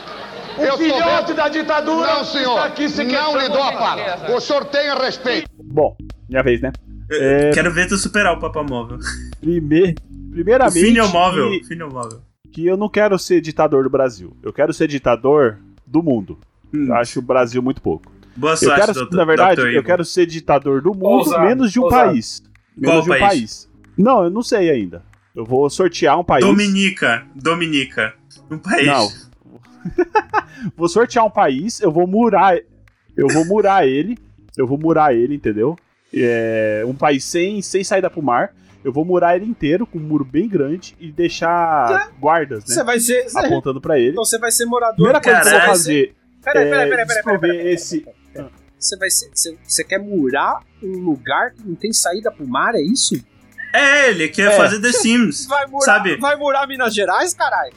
Speaker 7: O eu filhote da ditadura não, senhor. não lhe dou a parte. O senhor tenha respeito.
Speaker 3: Bom, minha vez, né?
Speaker 1: Quero ver tu superar o Papa Móvel.
Speaker 3: Primeir,
Speaker 1: O
Speaker 3: primeiramente.
Speaker 1: Finho Móvel.
Speaker 3: que-
Speaker 1: Finho Móvel.
Speaker 3: que eu não quero ser ditador do Brasil. Eu quero ser ditador do mundo.
Speaker 1: Hum.
Speaker 3: Eu acho o Brasil muito pouco.
Speaker 1: Boa
Speaker 3: Eu
Speaker 1: sorte,
Speaker 3: quero,
Speaker 1: doutor.
Speaker 3: na verdade,
Speaker 1: Dr.
Speaker 3: eu
Speaker 1: Evil.
Speaker 3: quero um ser ditador do mundo,
Speaker 6: Ousado,
Speaker 3: menos de um
Speaker 6: ousado.
Speaker 3: país.
Speaker 1: Qual
Speaker 3: Menos de um
Speaker 1: país?
Speaker 3: país. Não, eu não sei ainda. Eu vou sortear um país.
Speaker 1: Dominica. Dominica. Um país.
Speaker 3: Não. vou sortear um país, eu vou murar. Eu vou murar ele. Eu vou murar ele, entendeu? É, um país sem, sem saída pro mar. Eu vou murar ele inteiro, com um muro bem grande, e deixar guardas, né?
Speaker 2: Você vai ser.
Speaker 3: Apontando pra ele.
Speaker 2: Então você vai ser morador.
Speaker 3: Primeira coisa que eu vou
Speaker 1: Caraca.
Speaker 3: fazer
Speaker 2: Peraí,
Speaker 3: é,
Speaker 2: peraí, peraí, peraí,
Speaker 3: descobrir
Speaker 2: peraí, peraí.
Speaker 3: esse-
Speaker 2: Você vai ser. Você você quer murar um lugar que não tem saída pro mar, é isso?
Speaker 1: É, ele quer
Speaker 3: É.
Speaker 1: fazer The Sims.
Speaker 2: Vai morar,
Speaker 1: Sabe?
Speaker 2: vai morar Minas Gerais, caralho?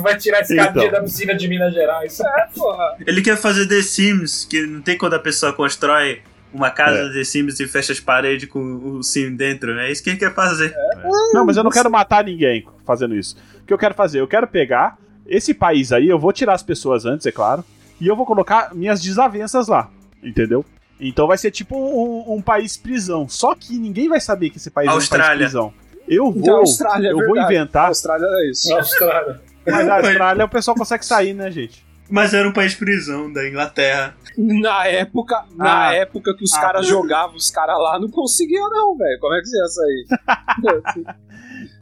Speaker 6: Vai tirar esse cadinho
Speaker 3: Então.
Speaker 6: da piscina de Minas Gerais.
Speaker 2: É, porra.
Speaker 1: Ele quer fazer The Sims, que não tem quando a pessoa constrói uma casa
Speaker 3: É.
Speaker 1: de The Sims e fecha as paredes com o Sim dentro. É isso que ele quer fazer.
Speaker 3: É. Não, mas eu não quero matar ninguém fazendo isso. O que eu quero fazer? Eu quero pegar esse país aí, eu vou tirar as pessoas antes, é claro, e eu vou colocar minhas desavenças lá, entendeu? Então vai ser tipo um, um país prisão. Só que ninguém vai saber que esse país é um
Speaker 1: Austrália.
Speaker 3: país prisão. Eu vou,
Speaker 2: Então, Austrália, é
Speaker 3: eu vou
Speaker 2: verdade. A
Speaker 3: inventar,
Speaker 2: Austrália é isso.
Speaker 6: Na Austrália.
Speaker 3: mas na Austrália o pessoal consegue sair, né, gente?
Speaker 1: Mas era um país prisão da Inglaterra.
Speaker 2: Na época, na
Speaker 3: Ah.
Speaker 2: época que os
Speaker 3: Ah.
Speaker 2: caras jogavam, os caras lá não conseguiam, não, velho. Como é que você ia sair?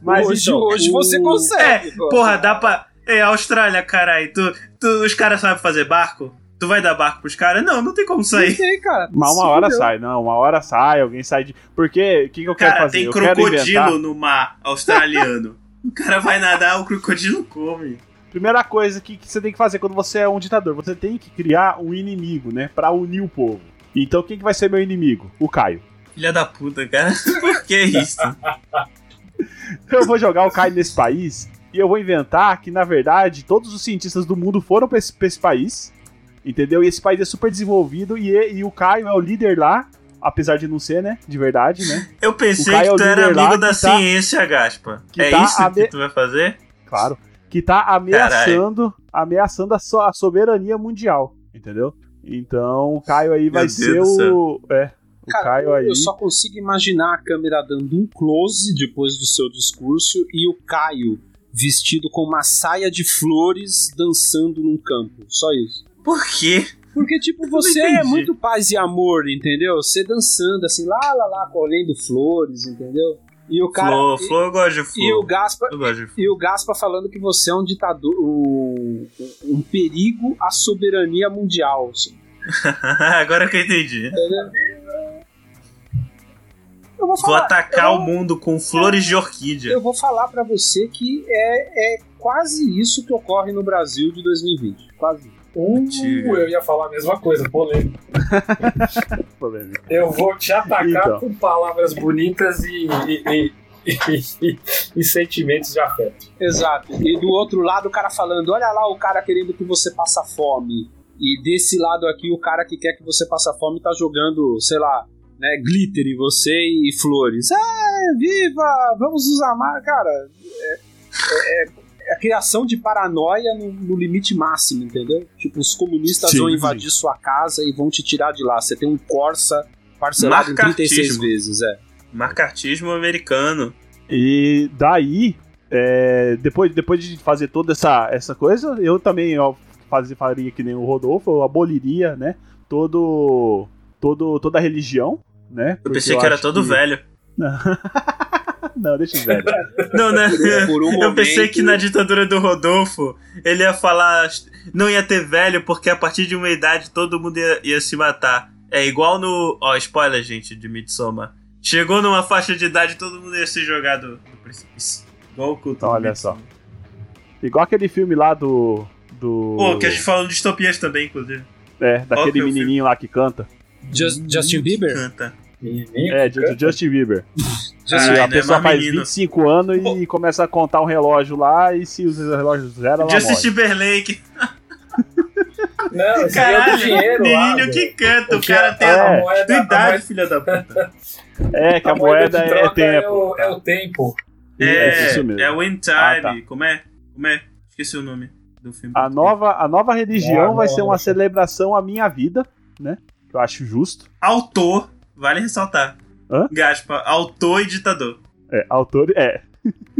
Speaker 3: Mas
Speaker 2: hoje,
Speaker 3: então,
Speaker 2: hoje
Speaker 3: o-
Speaker 2: você consegue. pô.
Speaker 1: Porra, dá pra. É, Austrália, caralho. Tu, tu, os caras sabem fazer barco? Tu vai dar barco pros caras? Não, não tem como
Speaker 2: Não
Speaker 1: sair.
Speaker 2: tem, cara.
Speaker 3: Mas
Speaker 2: Se
Speaker 3: uma hora
Speaker 2: fudeu.
Speaker 3: sai, não, uma hora sai, alguém sai de. Porque o que, que eu quero
Speaker 1: Cara,
Speaker 3: fazer?
Speaker 1: tem
Speaker 3: eu quero inventar.
Speaker 1: crocodilo no mar australiano. o cara vai nadar, o crocodilo come.
Speaker 3: Primeira coisa que, que você tem que fazer quando você é um ditador, você tem que criar um inimigo, né? Pra unir o povo. Então quem que vai ser meu inimigo? O Caio.
Speaker 1: Filha da puta, cara. Por que isso?
Speaker 3: Eu vou jogar o Caio nesse país e eu vou inventar que, na verdade, todos os cientistas do mundo foram pra esse, pra esse país, entendeu? E esse país é super desenvolvido e, e- e o Caio é o líder lá, apesar de não ser, né? De verdade, né?
Speaker 1: Eu
Speaker 3: O
Speaker 1: pensei
Speaker 3: Caio
Speaker 1: que tu
Speaker 3: é o
Speaker 1: era
Speaker 3: líder lá
Speaker 1: amigo
Speaker 3: que
Speaker 1: da
Speaker 3: tá-
Speaker 1: ciência, Gaspa.
Speaker 3: que
Speaker 1: é
Speaker 3: tá
Speaker 1: isso
Speaker 3: ame-
Speaker 1: que tu vai fazer?
Speaker 3: Claro. Que tá ameaçando, ameaçando a, so- a soberania mundial, entendeu? Então o Caio aí vai
Speaker 1: Deus
Speaker 3: ser
Speaker 1: do
Speaker 3: o. É. O
Speaker 2: Cara,
Speaker 3: Caio
Speaker 2: eu-
Speaker 3: aí.
Speaker 2: Eu só consigo imaginar a câmera dando um close depois do seu discurso e o Caio vestido com uma saia de flores dançando num campo. Só isso.
Speaker 1: Por quê?
Speaker 2: Porque, tipo, você é
Speaker 1: entendi.
Speaker 2: muito paz e amor, entendeu? Você dançando assim, lá, lá, lá, colhendo flores, entendeu? E o cara.
Speaker 1: flor,
Speaker 2: e-
Speaker 1: flor, eu gosto de flor.
Speaker 2: e o Gaspa
Speaker 1: Eu gosto de flor.
Speaker 2: e o Gaspa falando que você é um ditador, um, um perigo à soberania mundial. assim.
Speaker 1: Agora que eu entendi.
Speaker 2: Eu vou
Speaker 1: Vou
Speaker 2: falar,
Speaker 1: atacar
Speaker 2: eu-
Speaker 1: o mundo com flores de orquídea.
Speaker 2: eu vou falar para você que é, é quase isso que ocorre no Brasil de 2020. Quase.
Speaker 6: Uh,
Speaker 1: Mentira.
Speaker 6: eu ia falar a mesma coisa, polêmico.
Speaker 3: polêmica.
Speaker 6: Eu vou te atacar
Speaker 3: Então.
Speaker 6: com palavras bonitas e, e- e- e- e- e sentimentos de afeto.
Speaker 2: Exato. E do outro lado o cara falando, olha lá o cara querendo que você passa fome. E desse lado aqui o cara que quer que você passa fome tá jogando, sei lá, né, glitter em você e flores. É, viva! Vamos nos amar, cara. É, é- é a criação de paranoia no, no limite máximo, entendeu? Tipo, os comunistas
Speaker 3: Sim,
Speaker 2: vão
Speaker 3: sim.
Speaker 2: invadir sua casa e vão te tirar de lá. Você tem um Corsa parcelado em 36
Speaker 1: Marcartismo.
Speaker 2: vezes, é.
Speaker 1: Marcartismo americano.
Speaker 3: E daí, é, depois, depois de fazer toda essa, essa coisa, eu também ó, fazia, faria que nem o Rodolfo, eu aboliria, né? Todo, todo, toda a religião, né?
Speaker 1: Eu pensei que era todo velho.
Speaker 3: Não, deixa o velho.
Speaker 1: Não, né?
Speaker 2: Por um
Speaker 1: Eu pensei que
Speaker 2: momento-
Speaker 1: na ditadura do Rodolfo ele ia falar. Não ia ter velho, porque a partir de uma idade todo mundo ia, ia se matar. É igual no. Ó, spoiler, gente, de Midsommar. Chegou numa faixa de idade todo mundo ia se jogar do, do precipício. Igual o culto. do
Speaker 3: Olha
Speaker 1: Midsommar.
Speaker 3: Igual aquele filme lá do. do
Speaker 1: Pô, que a gente falou de distopias também, inclusive.
Speaker 3: é,
Speaker 1: Qual que
Speaker 3: daquele
Speaker 1: é o
Speaker 3: menininho lá que canta.
Speaker 2: Just- Justin Bieber?
Speaker 1: Canta.
Speaker 6: Menino,
Speaker 3: É, do do Justin Bieber.
Speaker 1: Caralho,
Speaker 3: a
Speaker 1: não é
Speaker 3: pessoa
Speaker 1: mais
Speaker 3: faz
Speaker 1: menino.
Speaker 3: 25 anos e começa a contar um relógio lá, e se os relógios zero, ela
Speaker 1: Justin
Speaker 3: morre.
Speaker 1: Timberlake.
Speaker 6: Não, esse é do
Speaker 1: Caralho, um
Speaker 6: dinheiro lá,
Speaker 1: menino que
Speaker 6: velho.
Speaker 1: canta. O
Speaker 6: Porque
Speaker 1: cara tem
Speaker 3: é.
Speaker 1: a
Speaker 6: a moeda, a
Speaker 1: idade,
Speaker 6: moeda,
Speaker 1: filha da puta.
Speaker 3: É, que a,
Speaker 6: a moeda
Speaker 3: moeda,
Speaker 6: de
Speaker 3: é
Speaker 6: troca é,
Speaker 3: tempo.
Speaker 6: o, é o tempo.
Speaker 1: É,
Speaker 3: isso mesmo.
Speaker 1: é o End Time.
Speaker 3: Ah, tá.
Speaker 1: Como é? Como é? Esqueci o nome do filme.
Speaker 3: A nova, a nova religião
Speaker 6: Ah,
Speaker 3: vai
Speaker 6: não,
Speaker 3: ser uma
Speaker 6: não.
Speaker 3: celebração à minha vida, né? Que eu acho justo.
Speaker 1: Autor, vale ressaltar.
Speaker 3: Hã?
Speaker 1: Gaspa, autor e ditador.
Speaker 3: É, autor. É.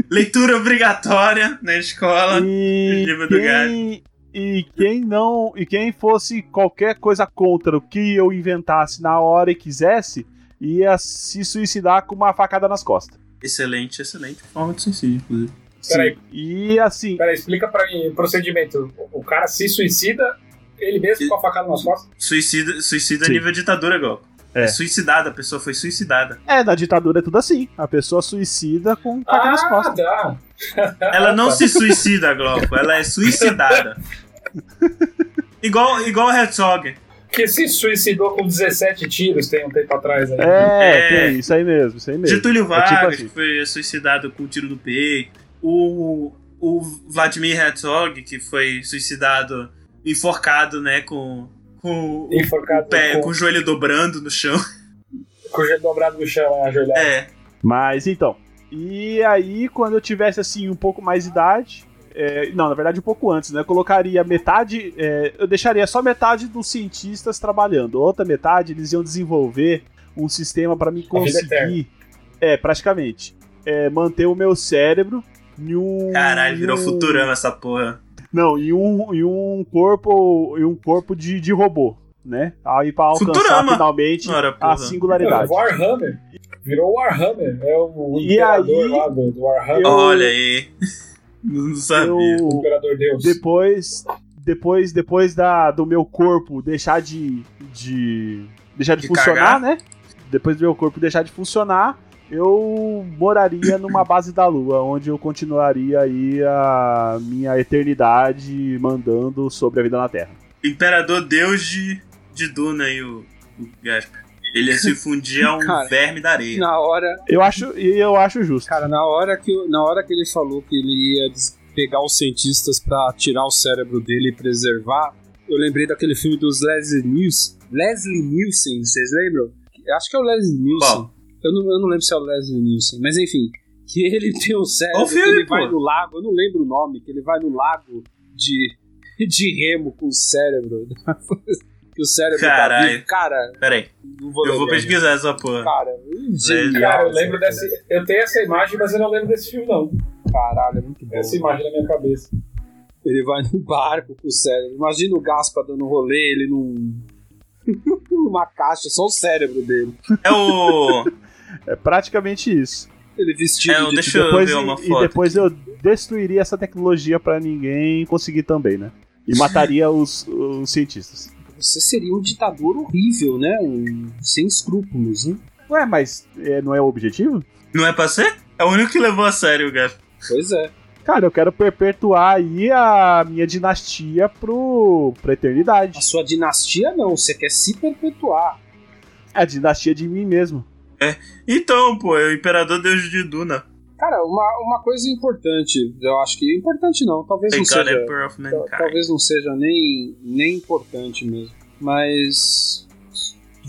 Speaker 1: Leitura obrigatória na escola.
Speaker 3: E
Speaker 1: Livro Ah, do
Speaker 3: quem, e quem não. E quem fosse qualquer coisa contra o que eu inventasse na hora e quisesse, ia se suicidar com uma facada nas costas.
Speaker 1: Excelente, excelente. Forma de suicídio, inclusive.
Speaker 6: Peraí.
Speaker 3: Sim. E assim,
Speaker 6: Pera, explica pra mim o procedimento. O- O cara se suicida, ele mesmo com a facada nas costas.
Speaker 1: Suicida, suicida é
Speaker 3: Sim.
Speaker 1: nível ditadura, Gol.
Speaker 3: É.
Speaker 1: É. suicidada, a pessoa foi suicidada.
Speaker 3: é, na ditadura é tudo assim. A pessoa suicida com facada nas
Speaker 6: Ah,
Speaker 3: costas.
Speaker 6: tá.
Speaker 1: Ela não se suicida, Glauco. Ela é suicidada. igual, igual o
Speaker 3: É,
Speaker 1: Herzog.
Speaker 6: Que se suicidou com 17 tiros, tem um tempo atrás aí.
Speaker 3: É,
Speaker 1: É.
Speaker 3: tem, isso aí mesmo, isso aí mesmo.
Speaker 1: Getúlio
Speaker 3: É tipo
Speaker 1: Vargas,
Speaker 3: assim.
Speaker 1: que foi suicidado com um tiro no peito. O, o Vladimir Herzog, que foi suicidado, enforcado, né, com, com o
Speaker 6: Enforcado
Speaker 3: É,
Speaker 1: pé, com
Speaker 6: com,
Speaker 1: o joelho dobrando no chão.
Speaker 6: com o jeito dobrado no chão, é, ajoelhado.
Speaker 1: É.
Speaker 3: Mas então. E aí, quando eu tivesse assim, um pouco mais de idade. é, não, na verdade, um pouco antes, né? Eu colocaria metade. é, eu deixaria só metade dos cientistas trabalhando. A outra metade, eles iam desenvolver um sistema para me
Speaker 6: vida
Speaker 3: conseguir. É, praticamente. é, manter o meu cérebro em um.
Speaker 1: Caralho, virou
Speaker 3: em um-
Speaker 1: Futurama essa porra.
Speaker 3: Não, em um, em um corpo. Em um corpo de, de robô, né? Aí pra alcançar
Speaker 1: Futurama! Ah,
Speaker 3: finalmente
Speaker 1: Ora,
Speaker 3: a
Speaker 1: porra.
Speaker 6: Não,
Speaker 3: singularidade.
Speaker 6: Warhammer. Virou Warhammer. É o
Speaker 3: E
Speaker 6: imperador
Speaker 3: aí,
Speaker 6: lá do, do Warhammer.
Speaker 3: eu-
Speaker 1: Olha aí. Não sabia.
Speaker 6: O
Speaker 3: Eu,
Speaker 6: imperador Deus.
Speaker 3: Depois, depois, depois da, do meu corpo deixar de, de deixar de,
Speaker 1: De
Speaker 3: funcionar,
Speaker 1: cagar.
Speaker 3: né? Depois do meu corpo deixar de funcionar, eu moraria numa base da Lua, onde eu continuaria aí a minha eternidade mandando sobre a vida na Terra.
Speaker 1: Imperador Deus de, de Duna aí, o, o Gaspar. Ele ia se fundir a um
Speaker 2: Cara.
Speaker 1: verme da areia.
Speaker 2: Na hora
Speaker 3: Eu acho, e eu acho justo.
Speaker 2: Cara, na hora que, eu- na hora que ele falou que ele ia des- pegar os cientistas pra tirar o cérebro dele e preservar, eu lembrei daquele filme dos Leslie Nielsen. Leslie Nielsen, vocês lembram? Eu Acho que é o Leslie Nielsen.
Speaker 1: Qual?
Speaker 2: Eu não, eu não lembro se é o Leslie Nielsen, mas enfim. Que ele tem o cérebro,
Speaker 1: Qual filme,
Speaker 2: que ele vai
Speaker 1: pô?
Speaker 2: no lago, eu não lembro o nome, que ele vai no lago de, de remo com o cérebro. que o cérebro tá
Speaker 1: Caralho.
Speaker 2: vivo. Cara,
Speaker 1: Peraí,
Speaker 2: não vou
Speaker 1: eu vou
Speaker 2: lembrar.
Speaker 1: pesquisar essa porra.
Speaker 2: Cara, um genial.
Speaker 6: Cara, eu lembro desse. Eu tenho essa imagem, mas eu não lembro desse filme, não.
Speaker 2: Caralho, é muito bom.
Speaker 6: Essa imagem na minha cabeça.
Speaker 2: Ele vai no barco com o cérebro. Imagina o Gaspa dando um rolê, ele num. numa caixa, só o cérebro dele.
Speaker 1: É o.
Speaker 3: É praticamente isso.
Speaker 2: Ele vestido
Speaker 1: É, um
Speaker 2: de.
Speaker 1: deixa- eu
Speaker 3: Depois,
Speaker 1: ver uma
Speaker 3: e
Speaker 1: foto
Speaker 3: depois eu destruiria essa tecnologia pra ninguém conseguir também, né? E mataria os, os cientistas.
Speaker 2: Você seria um ditador horrível, né? Um... Sem escrúpulos, né?
Speaker 3: Ué, mas é, não é o objetivo?
Speaker 1: Não é pra ser? É o único que levou a sério o Gaff.
Speaker 2: Pois é.
Speaker 3: Cara, eu quero perpetuar aí a minha dinastia pro, pra eternidade.
Speaker 2: A sua dinastia não, você quer se perpetuar.
Speaker 3: É A dinastia de mim mesmo.
Speaker 1: Então, pô, é o Imperador Deus de Duna.
Speaker 2: Cara, uma, uma coisa importante, eu acho que. Importante não, talvez não
Speaker 1: Tem
Speaker 2: seja.
Speaker 1: God Emperor
Speaker 6: Tá,
Speaker 1: of
Speaker 2: Tal-
Speaker 1: Mankind.
Speaker 2: Tá, talvez não seja nem, nem importante mesmo. Mas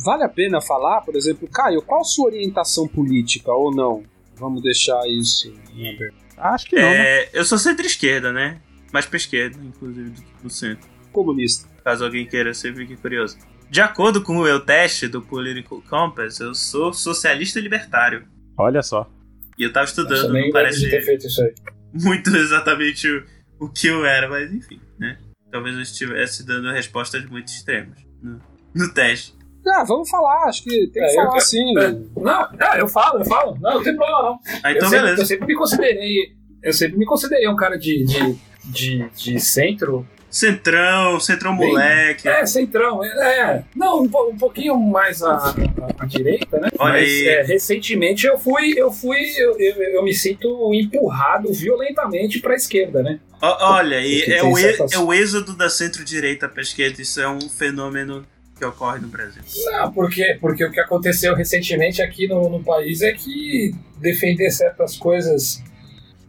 Speaker 2: vale a pena falar, por exemplo, Caio, qual sua orientação política ou não? Vamos deixar isso em aberto.
Speaker 3: Acho que não, né?
Speaker 1: É, eu sou centro-esquerda, né? Mais pra esquerda, inclusive, do que pro centro.
Speaker 2: Comunista.
Speaker 1: caso alguém queira, sempre fique curioso. De acordo com o meu teste do Political Compass, eu sou socialista libertário.
Speaker 3: Olha só.
Speaker 1: E eu tava
Speaker 6: Nossa,
Speaker 1: estudando,
Speaker 6: nem
Speaker 1: não
Speaker 6: lembro de ter
Speaker 1: Então, parece
Speaker 6: feito isso aí.
Speaker 1: muito exatamente o, o que eu era, mas enfim, né? Talvez eu estivesse dando respostas muito extremas no, no teste.
Speaker 2: Ah, vamos falar, acho que tem que
Speaker 6: É, eu
Speaker 2: falar assim.
Speaker 6: quero-
Speaker 2: sim.
Speaker 6: Não, não, eu falo, eu falo. Não, não tem problema não.
Speaker 1: Ah, então
Speaker 6: eu, sempre, eu
Speaker 1: beleza.
Speaker 6: sempre me considerei. Eu sempre me considerei um cara de, de, de, de centro.
Speaker 1: Centrão, centrão
Speaker 6: Bem-
Speaker 1: moleque.
Speaker 6: É, centrão. É, é. não, um, po- um pouquinho mais à, à- à direita, né?
Speaker 1: Olha
Speaker 6: Mas
Speaker 1: aí.
Speaker 6: é, recentemente eu fui, eu fui, eu, eu, eu me sinto empurrado violentamente pra esquerda, né?
Speaker 1: O- olha, e
Speaker 6: Tem
Speaker 1: é o, e-
Speaker 6: certas-
Speaker 1: é o êxodo da centro-direita pra esquerda. Isso é um fenômeno que ocorre no Brasil.
Speaker 6: Não, porque, porque o que aconteceu recentemente aqui no, no país é que defender certas coisas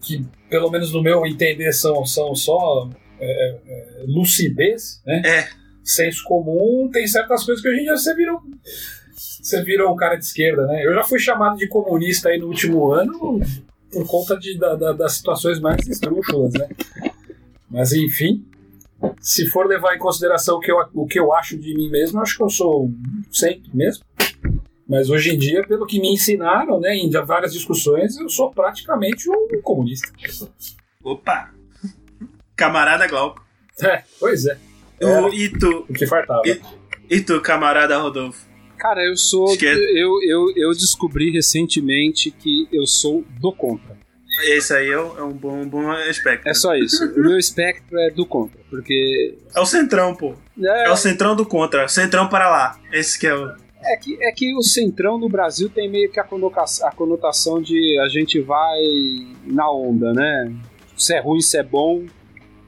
Speaker 6: que, pelo menos no meu entender, são, são só é, é, lucidez, né?
Speaker 1: É.
Speaker 6: Senso comum, tem certas coisas que hoje em dia você virou. Você virou um cara de esquerda, né? Eu já fui chamado de comunista aí no último ano por conta de, da- da- das situações mais esdrúxulas, né? Mas enfim, se for levar em consideração o que eu, o que eu acho de mim mesmo, eu acho que eu sou sempre mesmo. Mas hoje em dia, pelo que me ensinaram, né, em várias discussões, eu sou praticamente um comunista.
Speaker 1: Opa! Camarada Glauco.
Speaker 6: É, pois é,
Speaker 1: O- e tu,
Speaker 6: o que faltava.
Speaker 1: E tu, camarada Rodolfo?
Speaker 2: Cara, eu sou.
Speaker 6: é-
Speaker 1: Esquerda.
Speaker 2: Eu, eu, eu descobri recentemente que eu sou do contra.
Speaker 1: Esse aí é um, é um bom, um bom aspecto.
Speaker 2: É só isso. o meu espectro é do contra. Porque.
Speaker 1: É o centrão, pô.
Speaker 2: É,
Speaker 1: É o centrão do contra. Centrão para lá. Esse que é o.
Speaker 2: É que, é que o centrão no Brasil tem meio que a, conoca- a conotação de a gente vai na onda, né? Se é ruim, se é bom,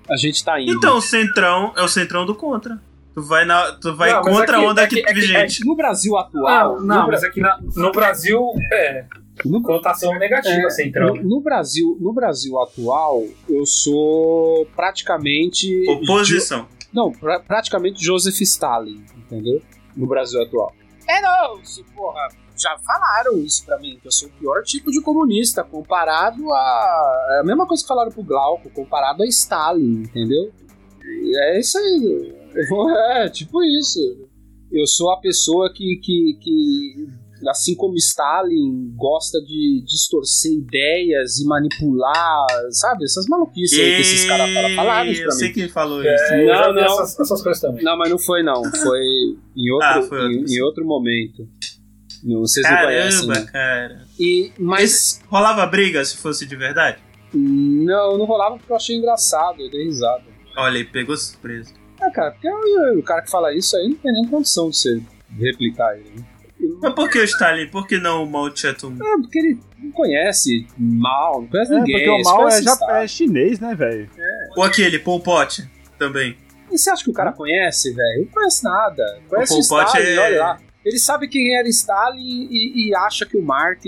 Speaker 2: a gente tá indo.
Speaker 1: Então, o centrão é o centrão do contra. Tu vai, na, tu vai
Speaker 6: Não, mas
Speaker 1: contra a
Speaker 6: aqui-
Speaker 1: onda
Speaker 6: aqui-
Speaker 1: que
Speaker 6: aqui-
Speaker 2: É
Speaker 1: vigente.
Speaker 2: que no Brasil atual.
Speaker 6: Ah, não,
Speaker 2: no, Bra-
Speaker 6: mas aqui na- no Brasil, é,
Speaker 2: no-
Speaker 6: conotação negativa,
Speaker 2: É,
Speaker 6: central.
Speaker 2: no- no Brasil, no Brasil atual, eu sou praticamente.
Speaker 1: Oposição.
Speaker 2: Jo- não, pra- praticamente Joseph Stalin, entendeu? No Brasil atual. É não, se, porra. Já falaram isso pra mim, que eu sou o pior tipo de comunista, comparado a. É a mesma coisa que falaram pro Glauco, comparado a Stalin, entendeu? E É isso aí. É, tipo isso. Eu sou a pessoa que, que, que assim como Stalin, gosta de distorcer ideias e manipular, sabe? Essas maluquices aí que esses caras falam. Falaram isso
Speaker 1: eu
Speaker 2: pra mim.
Speaker 1: sei quem falou isso.
Speaker 6: É, eu já
Speaker 2: Não,
Speaker 6: vi
Speaker 2: não.
Speaker 6: Essas, essas coisas também.
Speaker 2: Não, mas não foi não. Foi em outro,
Speaker 1: Ah, foi outro.
Speaker 2: em, em outro momento. Não, vocês não conhecem,
Speaker 1: Caramba,
Speaker 2: né?
Speaker 1: cara.
Speaker 2: E, mas
Speaker 1: Rolava briga se fosse de verdade?
Speaker 2: não, não rolava porque eu achei engraçado, eu dei risada.
Speaker 1: Olha, ele pegou surpresa.
Speaker 2: Ah, cara, porque o- o cara que fala isso aí não tem nem condição de você replicar ele. né?
Speaker 1: Mas por que o Stalin? Por que não o Mao Tse-Tung?
Speaker 2: É, porque ele não conhece mal, não conhece
Speaker 3: É,
Speaker 2: ninguém.
Speaker 3: porque o
Speaker 2: só
Speaker 3: mal é,
Speaker 2: conhece
Speaker 3: já,
Speaker 2: Estado.
Speaker 3: é chinês, né, velho?
Speaker 1: Ou aquele, Pol Pot também.
Speaker 2: E você acha que o cara conhece, velho? Não conhece nada. Conhece o,
Speaker 1: Pol Pot
Speaker 2: Stalin,
Speaker 1: é-
Speaker 2: olha lá. Ele sabe quem era Stalin e, e acha que o Marx.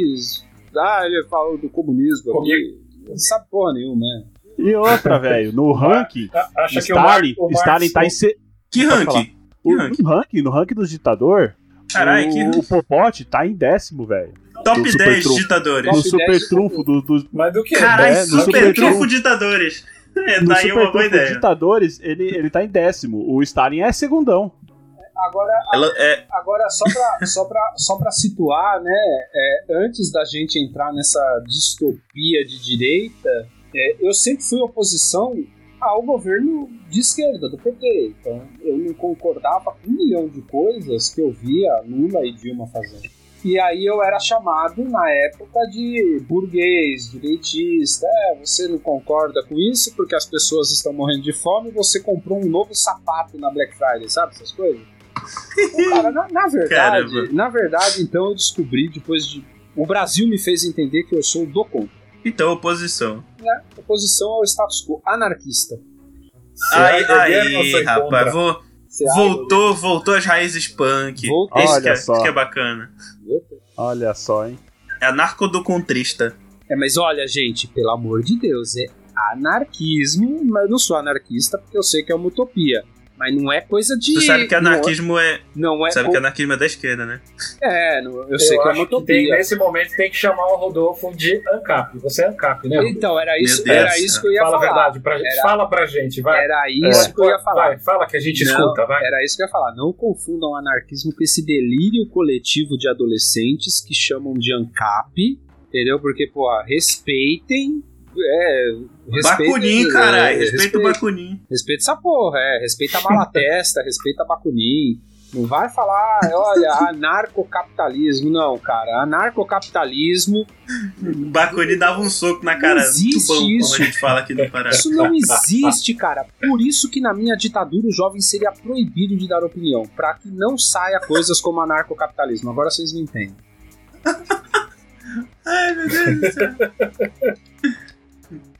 Speaker 2: Ah, ele falou do comunismo aqui. Não sabe porra nenhuma, né?
Speaker 3: E outra, velho, no ranking,
Speaker 6: A- Ah, Acha que o Mar-
Speaker 3: Stalin,
Speaker 6: o Marx-
Speaker 3: Stalin tá em se-
Speaker 1: Que
Speaker 3: Pode
Speaker 1: ranking?
Speaker 3: O,
Speaker 1: Que ranking?
Speaker 3: no ranking, no ranking dos ditador,
Speaker 1: Caralho, que
Speaker 3: o, o Pol Pot tá em décimo, velho.
Speaker 1: Top
Speaker 3: do Super
Speaker 1: 10
Speaker 3: Trump.
Speaker 1: ditadores.
Speaker 3: No
Speaker 2: Top 10
Speaker 3: super trunfo do, do,
Speaker 6: Mas do que?
Speaker 1: Caralho,
Speaker 3: É, no
Speaker 1: super
Speaker 3: Super
Speaker 1: trunfo
Speaker 3: Trunfo.
Speaker 1: ditadores. É,
Speaker 3: no
Speaker 1: tá aí
Speaker 3: super
Speaker 1: uma
Speaker 3: trunfo
Speaker 1: boa
Speaker 3: dos
Speaker 1: ideia.
Speaker 3: ditadores, ele, ele tá em décimo. O Stalin é segundão.
Speaker 2: Agora,
Speaker 1: Ela- é,
Speaker 2: Agora, só pra, só pra, só pra situar, né? é, antes da gente entrar nessa distopia de direita, É, eu sempre fui oposição ao governo de esquerda, do PT. Então, eu não concordava com um milhão de coisas que eu via Lula e Dilma fazendo. E aí eu era chamado, na época, de burguês, direitista. É, você não concorda com isso porque as pessoas estão morrendo de fome e você comprou um novo sapato na Black Friday, sabe essas coisas? Então, cara, na, na verdade,
Speaker 1: Caramba.
Speaker 2: na verdade, então eu descobri depois de... O Brasil me fez entender que eu sou do contra
Speaker 1: Então, oposição.
Speaker 2: né, oposição ao status quo, anarquista.
Speaker 1: Aí,
Speaker 6: é guerra ou
Speaker 1: aí
Speaker 6: sai
Speaker 1: rapaz,
Speaker 6: contra?
Speaker 1: vou-
Speaker 2: Você
Speaker 1: voltou, voltou às raízes punk.
Speaker 2: né? Voltou.
Speaker 1: Isso, que é,
Speaker 3: Olha só.
Speaker 1: isso que é bacana.
Speaker 3: Olha só, hein?
Speaker 1: É anarco do contrista.
Speaker 2: É, mas olha, gente, pelo amor de Deus, é anarquismo, mas eu não sou anarquista porque eu sei que é uma utopia. Mas não é coisa de.
Speaker 1: Tu sabe que anarquismo é,
Speaker 2: Não, não é.
Speaker 1: sabe
Speaker 2: co-
Speaker 1: que anarquismo é da esquerda, né?
Speaker 2: É, não- eu, sei que é
Speaker 6: acho que tem,
Speaker 2: uma
Speaker 6: né?
Speaker 2: utopia.
Speaker 6: nesse momento tem que chamar o Rodolfo de ANCAP. Você é ANCAP, né? Rodolfo?
Speaker 2: Então, era isso,
Speaker 1: Meu Deus,
Speaker 2: era isso que eu ia
Speaker 6: Fala a
Speaker 2: falar.
Speaker 6: verdade, pra gente,
Speaker 2: Era-
Speaker 6: fala pra gente, vai.
Speaker 1: É.
Speaker 2: Era isso que eu ia falar.
Speaker 6: Vai, fala que a gente
Speaker 2: Não,
Speaker 6: escuta, vai.
Speaker 2: Era isso que eu ia falar. Não confundam anarquismo com esse delírio coletivo de adolescentes que chamam de ANCAP, entendeu? Porque, pô, respeitem. É, respeitem-
Speaker 1: Bakunin, caralho.
Speaker 2: é,
Speaker 1: Respeita o Bakunin.
Speaker 2: Respeita essa porra, é. Respeita a Malatesta, respeita a Bakunin. Não vai falar, "Ah, olha, anarcocapitalismo. Não, cara. Anarcocapitalismo,
Speaker 1: Bakunin dava um soco na cara
Speaker 2: Não
Speaker 1: do
Speaker 2: existe
Speaker 1: tubão, como
Speaker 2: isso.
Speaker 1: a gente fala aqui no Pará.
Speaker 2: isso não existe, cara. Por isso que na minha ditadura o jovem seria proibido de dar opinião. Pra que não saia coisas como anarcocapitalismo. Agora vocês me entendem.
Speaker 1: Ai, meu Deus do céu.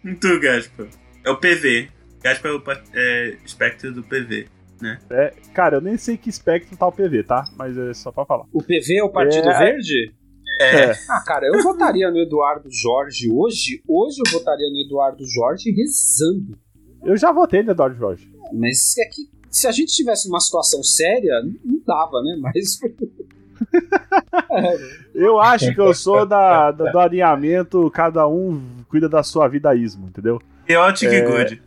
Speaker 1: E tu, Gaspa? É o PV. Gaspa é o pa- é, espectro do PV.
Speaker 3: É, cara, eu nem sei que espectro tá o PV, tá? Mas é só pra falar.
Speaker 2: O PV é o Partido
Speaker 3: É.
Speaker 2: Verde?
Speaker 3: É.
Speaker 2: Ah, cara, eu votaria no Eduardo Jorge hoje. Hoje eu votaria no Eduardo Jorge rezando.
Speaker 3: Eu já votei no Eduardo Jorge.
Speaker 2: Mas é que se a gente tivesse uma situação séria, n- não dava, né? Mas.
Speaker 3: Eu acho que eu sou da, da- do alinhamento, cada um cuida da sua vida ismo, entendeu?
Speaker 1: Chaotic
Speaker 3: É.
Speaker 1: Good.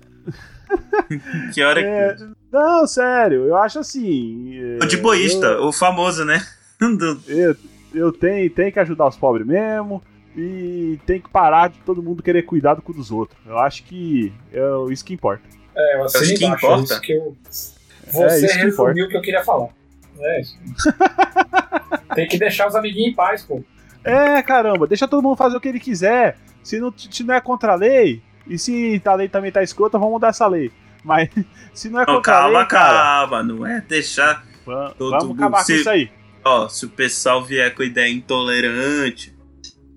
Speaker 1: que hora
Speaker 3: É,
Speaker 1: que.
Speaker 3: não, sério, eu acho assim. é,
Speaker 1: O de boísta, o famoso, né? Do-
Speaker 3: Eu, eu tenho, tenho que ajudar os pobres mesmo. E tem que parar de todo mundo querer cuidar do cu dos outros. Eu acho que é isso que importa.
Speaker 6: É, eu assino
Speaker 1: acho que
Speaker 6: embaixo,
Speaker 1: importa.
Speaker 6: é isso que eu- Você
Speaker 3: É isso que importa.
Speaker 6: resumiu o que eu queria falar. É isso. Tem que deixar os amiguinhos em paz, pô.
Speaker 3: É, caramba, deixa todo mundo fazer o que ele quiser. Se não, se não é contra a lei, e se a lei também tá escrota, vamos mudar essa lei. Mas se não é
Speaker 1: Não,
Speaker 3: contra a
Speaker 1: calma,
Speaker 3: lei, cara,
Speaker 1: calma. Não é deixar.
Speaker 3: va-
Speaker 1: Todo
Speaker 3: vamos
Speaker 1: mundo
Speaker 3: acabar
Speaker 1: se-
Speaker 3: com isso aí.
Speaker 1: Ó, se o pessoal vier com ideia intolerante,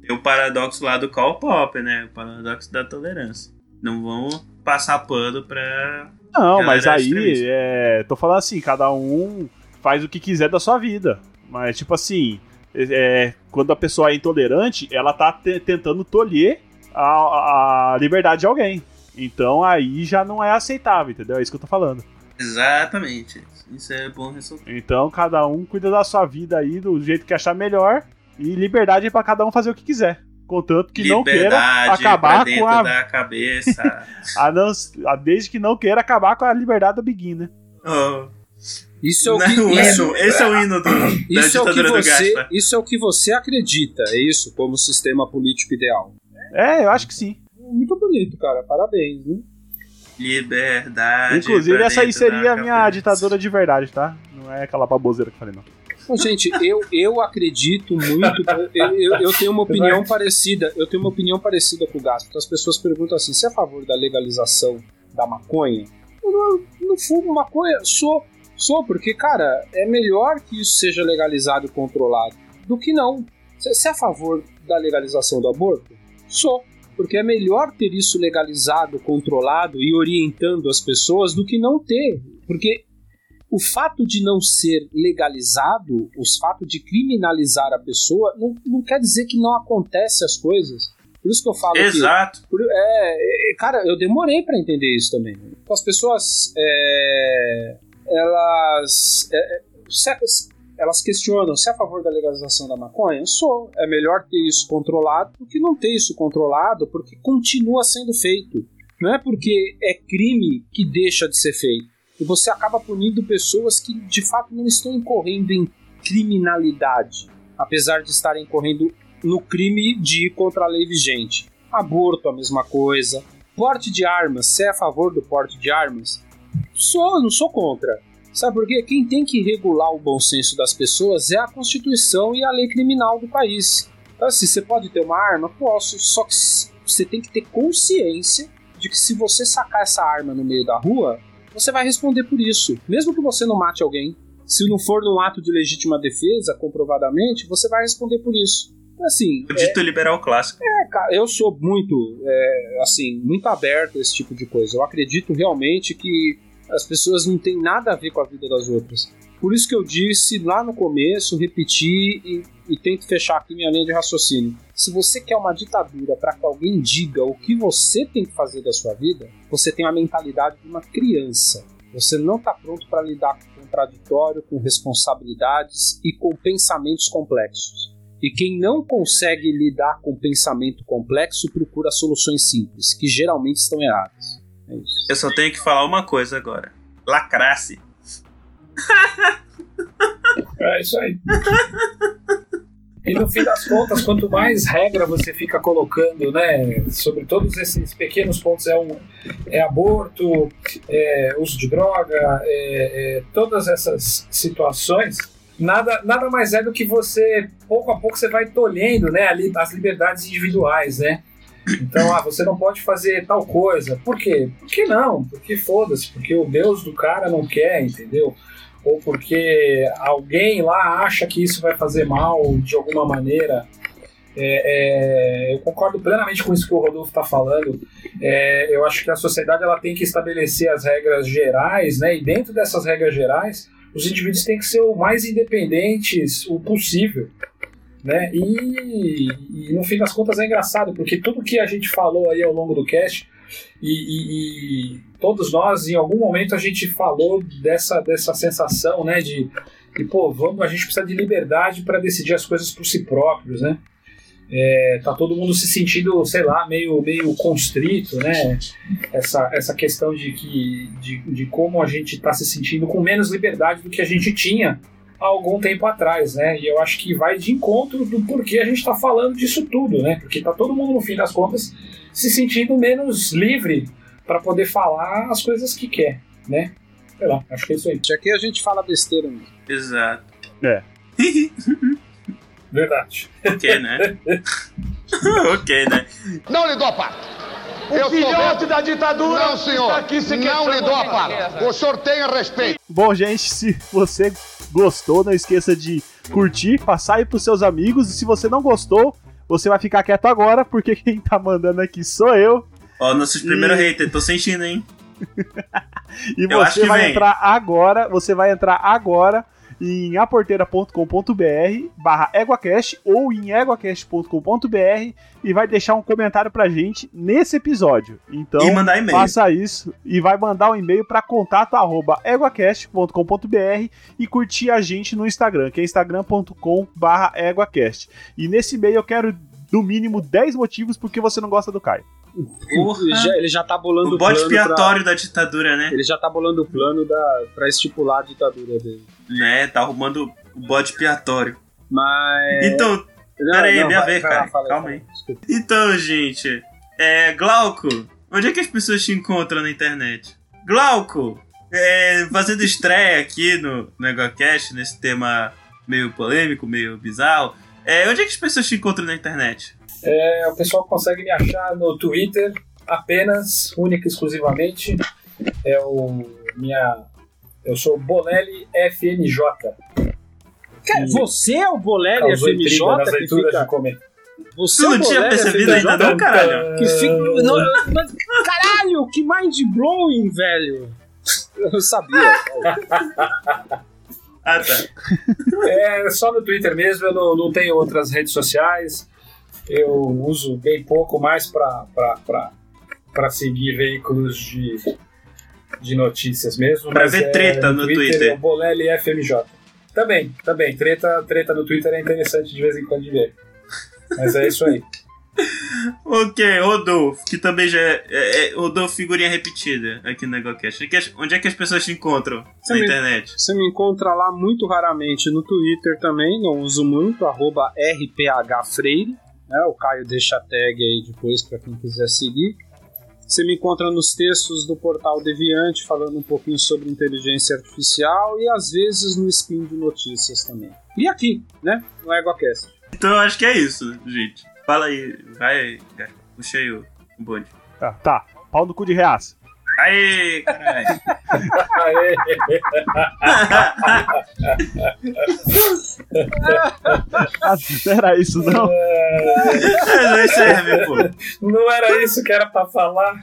Speaker 1: tem o paradoxo lá do call pop, né? O paradoxo da tolerância. Não vão passar pano pra.
Speaker 3: Não,
Speaker 1: Galera
Speaker 3: mas aí,
Speaker 1: extremista.
Speaker 3: é, tô falando assim, cada um faz o que quiser da sua vida. Mas, tipo assim, é, é, quando a pessoa é intolerante, ela tá te- tentando tolher a, a liberdade de alguém. Então aí já não é aceitável, entendeu? É isso que eu tô falando.
Speaker 1: Exatamente. Isso é bom ressaltar.
Speaker 3: Então cada um cuida da sua vida aí do jeito que achar melhor. E liberdade é pra cada um fazer o que quiser. Contanto que não queira,
Speaker 1: Liberdade
Speaker 3: acabar
Speaker 1: pra
Speaker 3: com
Speaker 1: dentro
Speaker 3: a-
Speaker 1: da cabeça.
Speaker 3: a não, a- desde que não queira acabar com a liberdade do Biguin, né?
Speaker 1: Oh.
Speaker 2: Isso é
Speaker 1: Não,
Speaker 2: o que.
Speaker 1: o
Speaker 2: isso-
Speaker 1: hino, esse é o hino do, da
Speaker 2: isso é o que
Speaker 1: ditadura do né?
Speaker 2: você,
Speaker 1: Gaspa.
Speaker 2: isso é o que você acredita, é isso, como sistema político ideal.
Speaker 3: É, eu acho que sim.
Speaker 2: Muito bonito, cara. Parabéns, né? viu?
Speaker 1: Liberdade.
Speaker 3: Inclusive,
Speaker 1: pra
Speaker 3: essa aí
Speaker 1: dentro da
Speaker 3: seria a minha
Speaker 1: cabeça.
Speaker 3: ditadura de verdade, tá? Não é aquela baboseira que eu falei, não.
Speaker 2: Bom, gente, eu, eu acredito muito. Eu, eu, eu tenho uma opinião parecida. Eu tenho uma opinião parecida com o Gaspo. Então, as pessoas perguntam assim: você é a favor da legalização da maconha? Eu não, não fumo maconha, sou. Sou, porque, cara, é melhor que isso seja legalizado e controlado do que não. Você você é a favor da legalização do aborto? Sou. Porque é melhor ter isso legalizado, controlado e orientando as pessoas do que não ter. Porque o fato de não ser legalizado, o fato de criminalizar a pessoa, não, não quer dizer que não acontece as coisas. Por isso que eu falo que
Speaker 1: Exato.
Speaker 2: por- é, é, cara, eu demorei pra entender isso também. As pessoas, é, elas, é, é, se- elas questionam se é a favor da legalização da maconha. Eu sou. É melhor ter isso controlado do que não ter isso controlado, porque continua sendo feito. Não é porque é crime que deixa de ser feito. E você acaba punindo pessoas que de fato não estão incorrendo em criminalidade, apesar de estarem incorrendo no crime de ir contra a lei vigente. Aborto, a mesma coisa. Porte de armas, se é a favor do porte de armas? Sou, não sou contra. Sabe por quê? Quem tem que regular o bom senso das pessoas é a Constituição e a lei criminal do país. Então, assim, você pode ter uma arma? Posso, só que s- você tem que ter consciência de que se você sacar essa arma no meio da rua, você vai responder por isso. Mesmo que você não mate alguém. Se não for num ato de legítima defesa, comprovadamente, você vai responder por isso. Então, assim,
Speaker 3: É.
Speaker 1: O dito liberal clássico.
Speaker 2: É, Cara, eu sou muito, é, assim, muito aberto a esse tipo de coisa. Eu acredito realmente que as pessoas não têm nada a ver com a vida das outras. Por isso que eu disse lá no começo, repeti e, e tento fechar aqui minha linha de raciocínio. Se você quer uma ditadura para que alguém diga o que você tem que fazer da sua vida, você tem a mentalidade de uma criança. Você não está pronto para lidar com contraditório, com responsabilidades e com pensamentos complexos. E quem não consegue lidar com um pensamento complexo procura soluções simples, que geralmente estão erradas. É isso.
Speaker 1: Eu só tenho que falar uma coisa agora. Lacrasse.
Speaker 6: É isso aí. E no fim das contas, quanto mais regra você fica colocando, né, sobre todos esses pequenos pontos, é, um, é aborto, é uso de droga, é- é todas essas situações, nada, nada mais é do que você, pouco a pouco, você vai tolhendo, né, ali as liberdades individuais, né. Então, ah, você não pode fazer tal coisa. Por quê? Por que não? Porque foda-se, porque o Deus do cara não quer, entendeu? ou porque alguém lá acha que isso vai fazer mal de alguma maneira. É, é, eu concordo plenamente com isso que o Rodolfo está falando. É, eu acho que a sociedade ela tem que estabelecer as regras gerais, né? E dentro dessas regras gerais, os indivíduos têm que ser o mais independentes o possível, né? E, e no fim das contas é engraçado porque tudo que a gente falou aí ao longo do cast e, e- e todos nós, em algum momento, a gente falou dessa, dessa sensação, né? De, de, pô, vamos, a gente precisa de liberdade para decidir as coisas por si próprios, né? É, tá todo mundo se sentindo, sei lá, meio, meio constrito, né? Essa, essa questão de, que, de, de como a gente está se sentindo com menos liberdade do que a gente tinha há algum tempo atrás, né? E eu acho que vai de encontro do porquê a gente está falando disso tudo, né? Porque tá todo mundo, no fim das contas, se sentindo menos livre para poder falar as coisas que quer, né? Sei lá, acho que é isso aí.
Speaker 2: Aqui a gente fala besteira mesmo.
Speaker 1: Exato.
Speaker 3: É.
Speaker 6: Verdade.
Speaker 1: ok, né? ok, né?
Speaker 7: Não lhe dou a parte. O eu filhote da ditadura não, senhor. está aqui se Não lhe dou a parte. O senhor tenha respeito.
Speaker 3: Bom, gente, se você gostou, não esqueça de curtir, passar aí pros seus amigos. E se você não gostou, você vai ficar quieto agora, porque quem tá mandando aqui sou eu.
Speaker 1: Ó, nossos primeiros
Speaker 3: Hum.
Speaker 1: haters, tô sentindo, hein?
Speaker 3: E
Speaker 1: Eu acho
Speaker 3: você
Speaker 1: que
Speaker 3: vai
Speaker 1: vem.
Speaker 3: entrar agora, você vai entrar agora em aporteira.com.br barra EguaCast ou em eguacast.com.br e vai deixar um comentário pra gente nesse episódio. Então,
Speaker 1: e mandar e-mail.
Speaker 3: Faça isso e vai mandar um e-mail para contato@eguacast.com.br e curtir a gente no Instagram, que é instagram.com/eguacast. E nesse e-mail eu quero no mínimo 10 motivos porque você não gosta do Caio.
Speaker 1: Porra.
Speaker 2: Ele já, ele já tá bolando
Speaker 1: O
Speaker 2: o
Speaker 1: bode
Speaker 2: plano pra,
Speaker 1: expiatório da ditadura, né?
Speaker 2: Ele já tá bolando o plano da, pra estipular a ditadura dele.
Speaker 1: Né, tá arrumando o bode expiatório.
Speaker 2: Mas.
Speaker 1: Então,
Speaker 2: Não,
Speaker 1: pera aí,
Speaker 2: não,
Speaker 1: minha
Speaker 2: vai-
Speaker 1: vez,
Speaker 2: vai lá,
Speaker 1: cara.
Speaker 2: fala
Speaker 1: Calma aí.
Speaker 2: Desculpa.
Speaker 1: então, gente, é, Glauco, onde é que as pessoas te encontram na internet? Glauco, é, fazendo estreia aqui no NegoCast, nesse tema meio polêmico, meio bizarro, é, onde é que as pessoas te encontram na internet?
Speaker 6: É, o pessoal consegue me achar no Twitter apenas, única e exclusivamente. É o minha. Eu sou Bolelli FMJ.
Speaker 2: Cara, você é o Boleri
Speaker 6: Causou intriga nas
Speaker 2: FMJ que
Speaker 6: leituras de
Speaker 2: fica.
Speaker 6: comentários.
Speaker 2: Você
Speaker 1: Tu
Speaker 2: é o
Speaker 1: não tinha
Speaker 2: Boleri
Speaker 1: percebido
Speaker 2: FMJ?
Speaker 1: ainda né? não, caralho?
Speaker 2: Que fica... não, mas, caralho, que mind blowing, velho. Eu sabia.
Speaker 1: Ah, tá.
Speaker 6: É só no Twitter mesmo, eu não, não tenho outras redes sociais. Eu uso bem pouco mais para seguir veículos de, de notícias mesmo.
Speaker 1: Pra
Speaker 6: mas
Speaker 1: ver
Speaker 6: é,
Speaker 1: treta no Twitter.
Speaker 6: é o Bolelli FMJ. Também, também. Treta, treta no Twitter é interessante de vez em quando de ver. Mas é isso aí.
Speaker 1: Ok, Rodolfo, que também já é, é, é Rodolfo figurinha repetida aqui no NegoCast. Onde é que- Onde é que as pessoas te encontram na
Speaker 2: Também.
Speaker 1: internet?
Speaker 2: Você me encontra lá muito raramente no Twitter também, não uso muito, arroba rphfreire. Né? O Caio deixa a tag aí depois para quem quiser seguir. Você me encontra nos textos do portal Deviante falando um pouquinho sobre inteligência artificial e às vezes no spin de notícias também. E aqui, né? No EgoCast.
Speaker 1: Então eu acho que é isso, gente. Fala aí, vai aí, cara. Puxa aí o o bonde.
Speaker 3: Tá, tá. Pau no cu de reaça.
Speaker 1: Aê, caralho.
Speaker 6: Aê.
Speaker 3: Ah, não era isso, não?
Speaker 1: Não serve, pô.
Speaker 6: Não era isso que era pra falar.